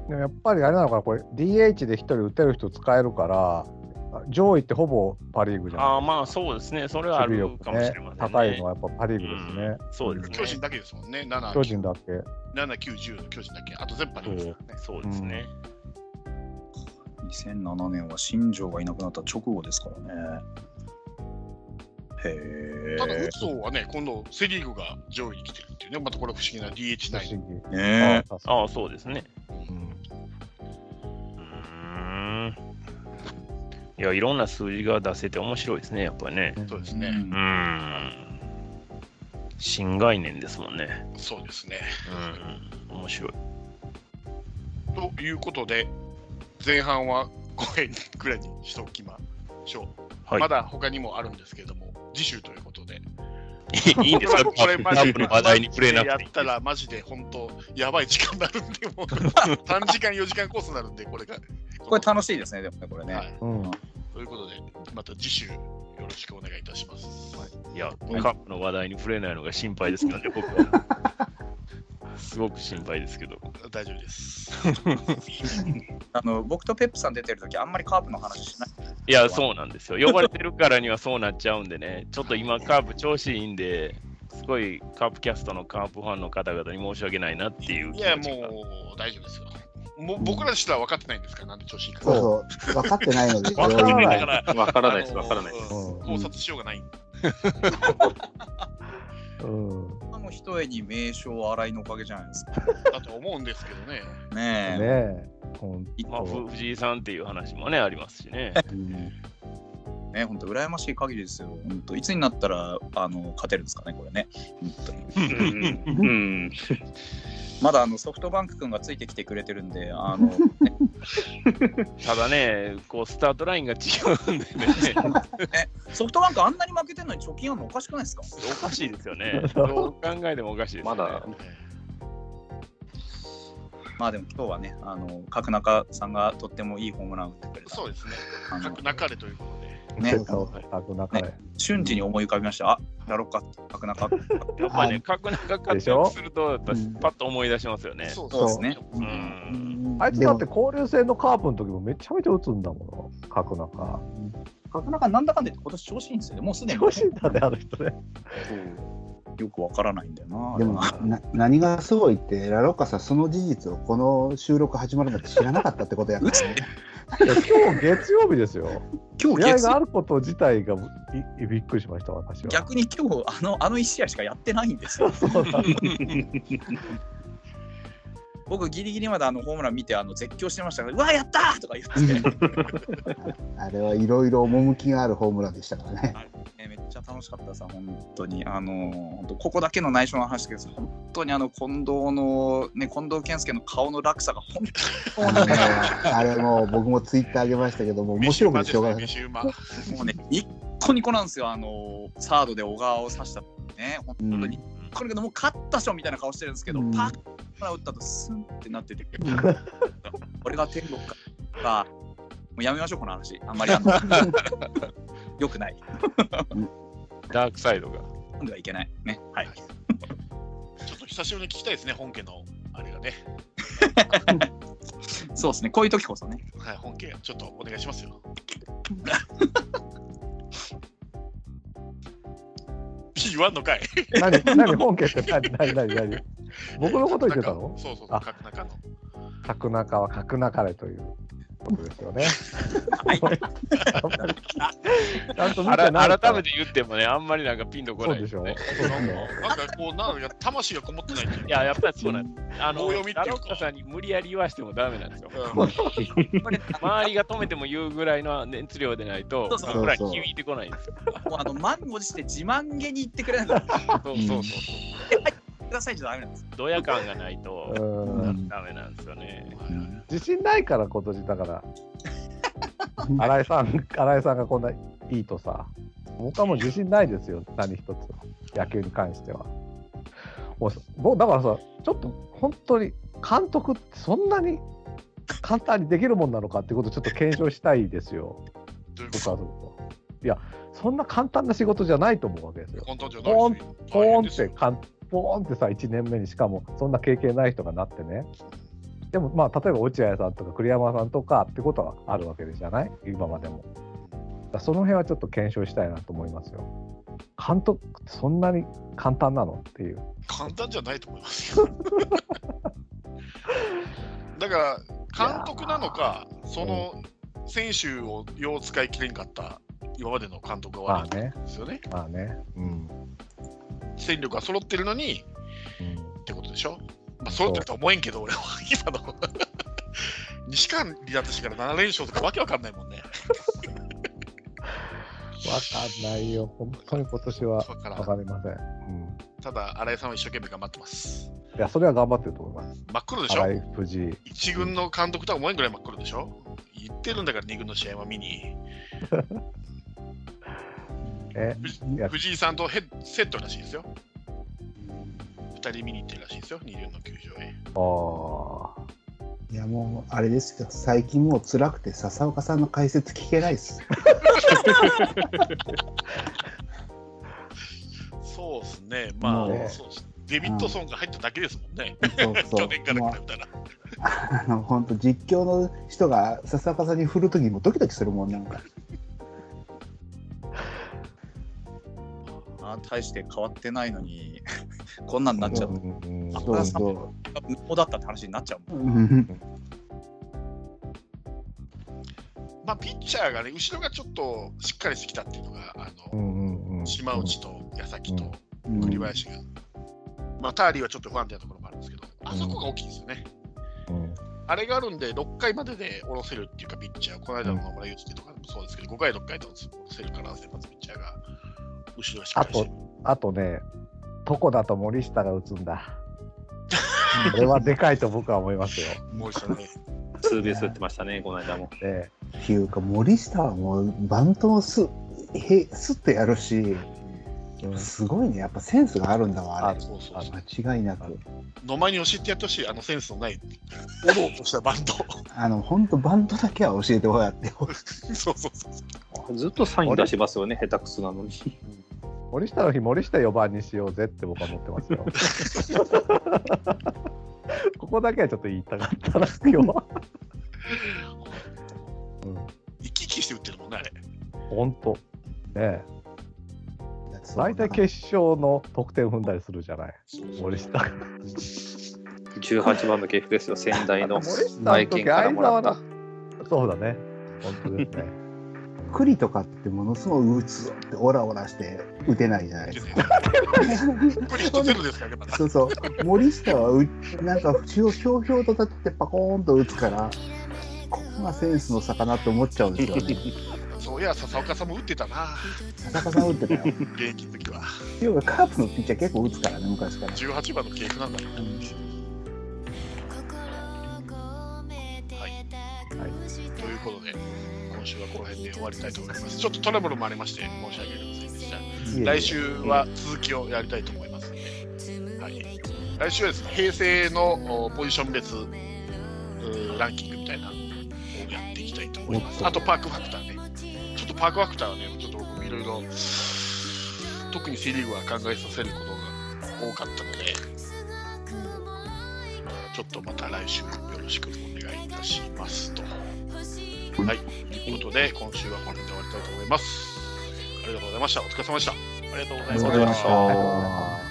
でもやっぱりあれなのかな、これ、DH で一人打てる人使えるから、上位ってほぼパ・リーグじゃない
ああ、まあそうですね。それはあるかもしれませんね。
高いのはやっぱパ・リーグですね。
そうですね。
巨人だけですもんね、7、
巨人だけ。
7、9、10の巨人だけ、あと全部ありますからね。
そうですね。
2007年は新庄がいなくなった直後ですからね。へえ。
ただ、打つ方はね、今度、セ・リーグが上位に来てるっていうね、またこれ不思議な DH
不
内
思議
ね
ああ
ああ、そうですね。うーん。いや、いろんな数字が出せて面白いですね、やっぱりね。
そうですね。
うーん。新概念ですもんね。
そうですね。
うん。面白い。
ということで、前半は5円くらいにしておきましょう。
はい。
まだ他にもあるんですけれども、次週ということで。
いいんですか、
これマジ
カープの話題に触れな
や
く
って
いい。
たらマジで本当やばい時間になるんで、もう
(laughs)
3時間、4時間コースになるんで、これが。
これ楽しいですね、でもね、これね。
はい
うん。
ということで、また次週よろしくお願いいたします。
(laughs) いや、カップの話題に触れないのが心配ですからね、僕は。
(laughs)
すごく心配ですけど。
大丈夫です。
(laughs)
あの僕とペップさん出てるとき、あんまりカープの話しない。
いや、そうなんですよ。呼ばれてるからにはそうなっちゃうんでね、ちょっと今、カープ調子いいんで、すごいカープキャストのカープファンの方々に申し訳ないなっていう
い
気
や、
持ちが。
もう大丈夫ですよ。もう僕らしたら分かってないんですから、なんで調子いいか。
そうそう、分かってない
(laughs)
ので、
わかん
い
ないから、
わからないです、わからないです。
あのー考察しようがない。
うん。
あの一重に名称洗いのおかげじゃないですか。
だと思うんですけどね。
ねえ。
ねえ。ほん
まあ、ふ藤井さんっていう話もね、ありますしね。
ね、本当羨ましい限りですよ。本当いつになったらあの勝てるんですかね、これね。本当に
うんうん
まだあのソフトバンク君がついてきてくれてるんで、あの
ただね、こう、スタートラインが違うんでね、
ソフトバンクあんなに負けてるのに貯金あるのおかしくないですか
おかしいですよね。どう考えてもおかしいですよ
ま
ね。
だ
まあでも今日はね、あの角中さんがとってもいいホームランを打ってくれた。
そうですね。
あの
各中でということで。
ね
そうそうあと中で。
瞬時に思い浮かびました。あやろうか、角中。
やっぱね、角中活躍すると、やっぱパッと思い出しますよね。
そう
そうですね。
う
うん
ん。
あいつだって交流戦のカープの時もめちゃめちゃ打つんだもの、角中。
角中なんだかんだ言って今年調子いいんですよね。もうすでに、
調子いいんだね、あの人ね。
そうよくわからないんだよな。
でもな何がすごいってラロッカさんその事実をこの収録始まるなんて知らなかったっ
(laughs)
てことやからね
いや今日月曜日ですよ。
今
試
日
合
月
があること自体がいびっくりしました、私は。
逆に今日あのあの1試合しかやってないんです (laughs) よ。僕ギリギリまであのホームラン見てあの絶叫してましたから、うわやったーとか言って、 (laughs)
あれはいろいろ趣があるホームランでしたから
(laughs)
ね
ねめっちゃ楽しかったさ本当にあの本当ここだけの内緒の話だけどさ本当にあの近藤のね近藤健介の顔の落差が本当
あ
に
のあれもう僕もツイッターあげましたけども面白くてしょうがない
飯馬ですね
もうね、ニッコニコなんですよ、あのサードで小川を刺したね、本当
う
に
ん
ニッコニコでもう勝ったっしょみたいな顔してるんですけど、
うん
パッから打ったとスンってなってて、これが天国か。あもうやめましょう、この話。あんま
(laughs)
りあのよくない。
ダークサイドが。
今度はいけない。ね、はい。
飯馬ちょっと久しぶりに聞きたいですね、本家のあれがね。
そうですね、こういう時こそね。
はい、本家、ちょっとお願いしますよ。言わんのかい。
何、何、本家って何、何、何、何。僕のこと言ってたの
そうそうそう、
あ
角中の。
角中は角中でということですよね。ちゃんと見
あ
てないか
ら改
ら
め。て言ってもね、あんまりなんかピンとこ
そ
な
う
い
でしょ。そう
なんかこう、なんか魂がこもってないっていう
いや、やっぱりそうなんです。あ
棒
の、
読みっていうか
ラロッカさんに無理やり言わしてもダメな
(laughs)
んですよ。
(laughs)
うん
周りが止めても言うぐらいの熱量でないと、
そうそう
僕らに響いてこないんですよ。
もうあの満を持して自慢げに言ってくれないから、
そうそうそう。
くださいじゃダメなんです。
ドヤ感がないと
う、ん
ダメなんですよね。
自信ないから今年だから。新井さん、新井さんがこんないいとさ、僕はもう自信ないですよ、何一つ、野球に関しては。もう僕だからさ、ちょっと本当に監督ってそんなに簡単にできるもんなのかってことをちょっと検証したいですよ、
どういうこ
僕
と
はずっと。いや、そんな簡単な仕事じゃないと思うわけですよ。
コントン上
ポーン
の人
ポーンっ
大
て
変
かん、ポーンってさ、1年目にしかも、そんな経験ない人がなってね。でも、まあ、例えば落合さんとか栗山さんとかってことはあるわけじゃない今までも。からその辺はちょっと検証したいなと思いますよ。監督ってそんなに簡単なのっていう。
簡単じゃないと思いますよ。だから、監督なのか、その選手をよう使い切れんかった今までの監督が悪いんですよね。
まあね。うん。
戦力が揃ってるのに、ってことでしょ。まあ、揃ってるとは思えんけど、俺は今の。西川離脱してから7連勝とかわけわかんないもんね。
わかんないよ。本当に今年はわ
わからん
かりません。うん。
ただ、新井さんは一生懸命頑張ってます。
いや、それは頑張ってると思います。
真っ黒でしょ
新井藤井。
一軍の監督とは思えんぐらい真っ黒でしょ言ってるんだから二軍の試合は見に
え、いや
藤井さんとヘッセットらしいですよ二人見に行ってるらしいですよ二軍の球場へ
ああ。
いやもうあれですよ最近もう辛くて笹岡さんの解説聞けないです
そうですねまあ、
もうね
そうっすデビッドソンが入っただけですもんね、
そうそ
去
う
年から比べたら、
あの本当実況の人が笹岡さんに振る時もドキドキするもんなんか
あー大して変わってないのにこんなんなっちゃう
うん
あ
そうそ
無謀だったって話になっちゃうもん
ううん
まあピッチャーがね後ろがちょっとしっかりしてきたっていうのがあ
う
の、
んうんうん。
島内と矢崎と
うん
栗林が、まあターリーはちょっと不安定なところもあるんですけどあそこが大きいですよね、
うん。
あれがあるんで、6回までで下ろせるっていうか、ピッチャー、この間の野村祐介とかでもそうですけど、5回、6回と下ろせるから、先発ピッチャーが後ろがしっかりしてる。
あとね、床だと森下が打つんだ。これはでかいと僕は思いますよ。
もう一度ね、
ツーベース打ってましたね、この間も。
ね、
っていうか森下はもうバントをすへすってやるしすごいねやっぱセンスがあるんだわあれ
そうそうそう
間違いなく
野間に教えてやってほしい、あのセンスのない、おどおどしたバンド。 (laughs)
あの本当バントだけは教えてもらって
そうそうそう。
ずっとサイン出しますよね、下手くそなのに。
森下の日、森下4番にしようぜって僕は思ってますよ。
(laughs)
ここだけはちょっと言いたかったな、今日は。
生き生きして打ってるもんね、あれ。
本当。ねえ
大
大体決勝の得点踏んだりするじゃない。森下。
18番の系譜ですよ、仙台の
森下の
内見
時、
から
相
もら
沢
った
の。。そうだね。本当ですね。
栗とかってものすごい打つぞってオラオラして打てないじゃないですか
これ人ゼロですからね、まだ。
そうそう森下はうなんかひょひょうひょうと立ってパコーンと打つからここがセンスの差かなって思っちゃうんですよね
そういや、笹岡さんも打ってたな、
田中さん打ってたよ
現役の時は。
っていうかカープのピッチャー結構打つからね昔から
18番の系譜なんだろうな。はいということで、今週はこの辺で終わりたいと思います。ちょっとトラブルもありまして、申し訳ありませんでした。来週は続きをやりたいと思いますので、はい、来週はですね平成のおポジション別うーランキングみたいなのをやっていきたいと思います。あとパークファクターね。ちょっとパークファクターはね、ちょっと僕もいろいろ、特に C リーグは考えさせることが多かったので、ちょっとまた来週よろしくお願いいたしますと。はい、ということで、今週はこれで終わりたいと思います。ありがとうございました。お疲れ様でした。
ありがとう
あ
ございま
り
す
がとうございました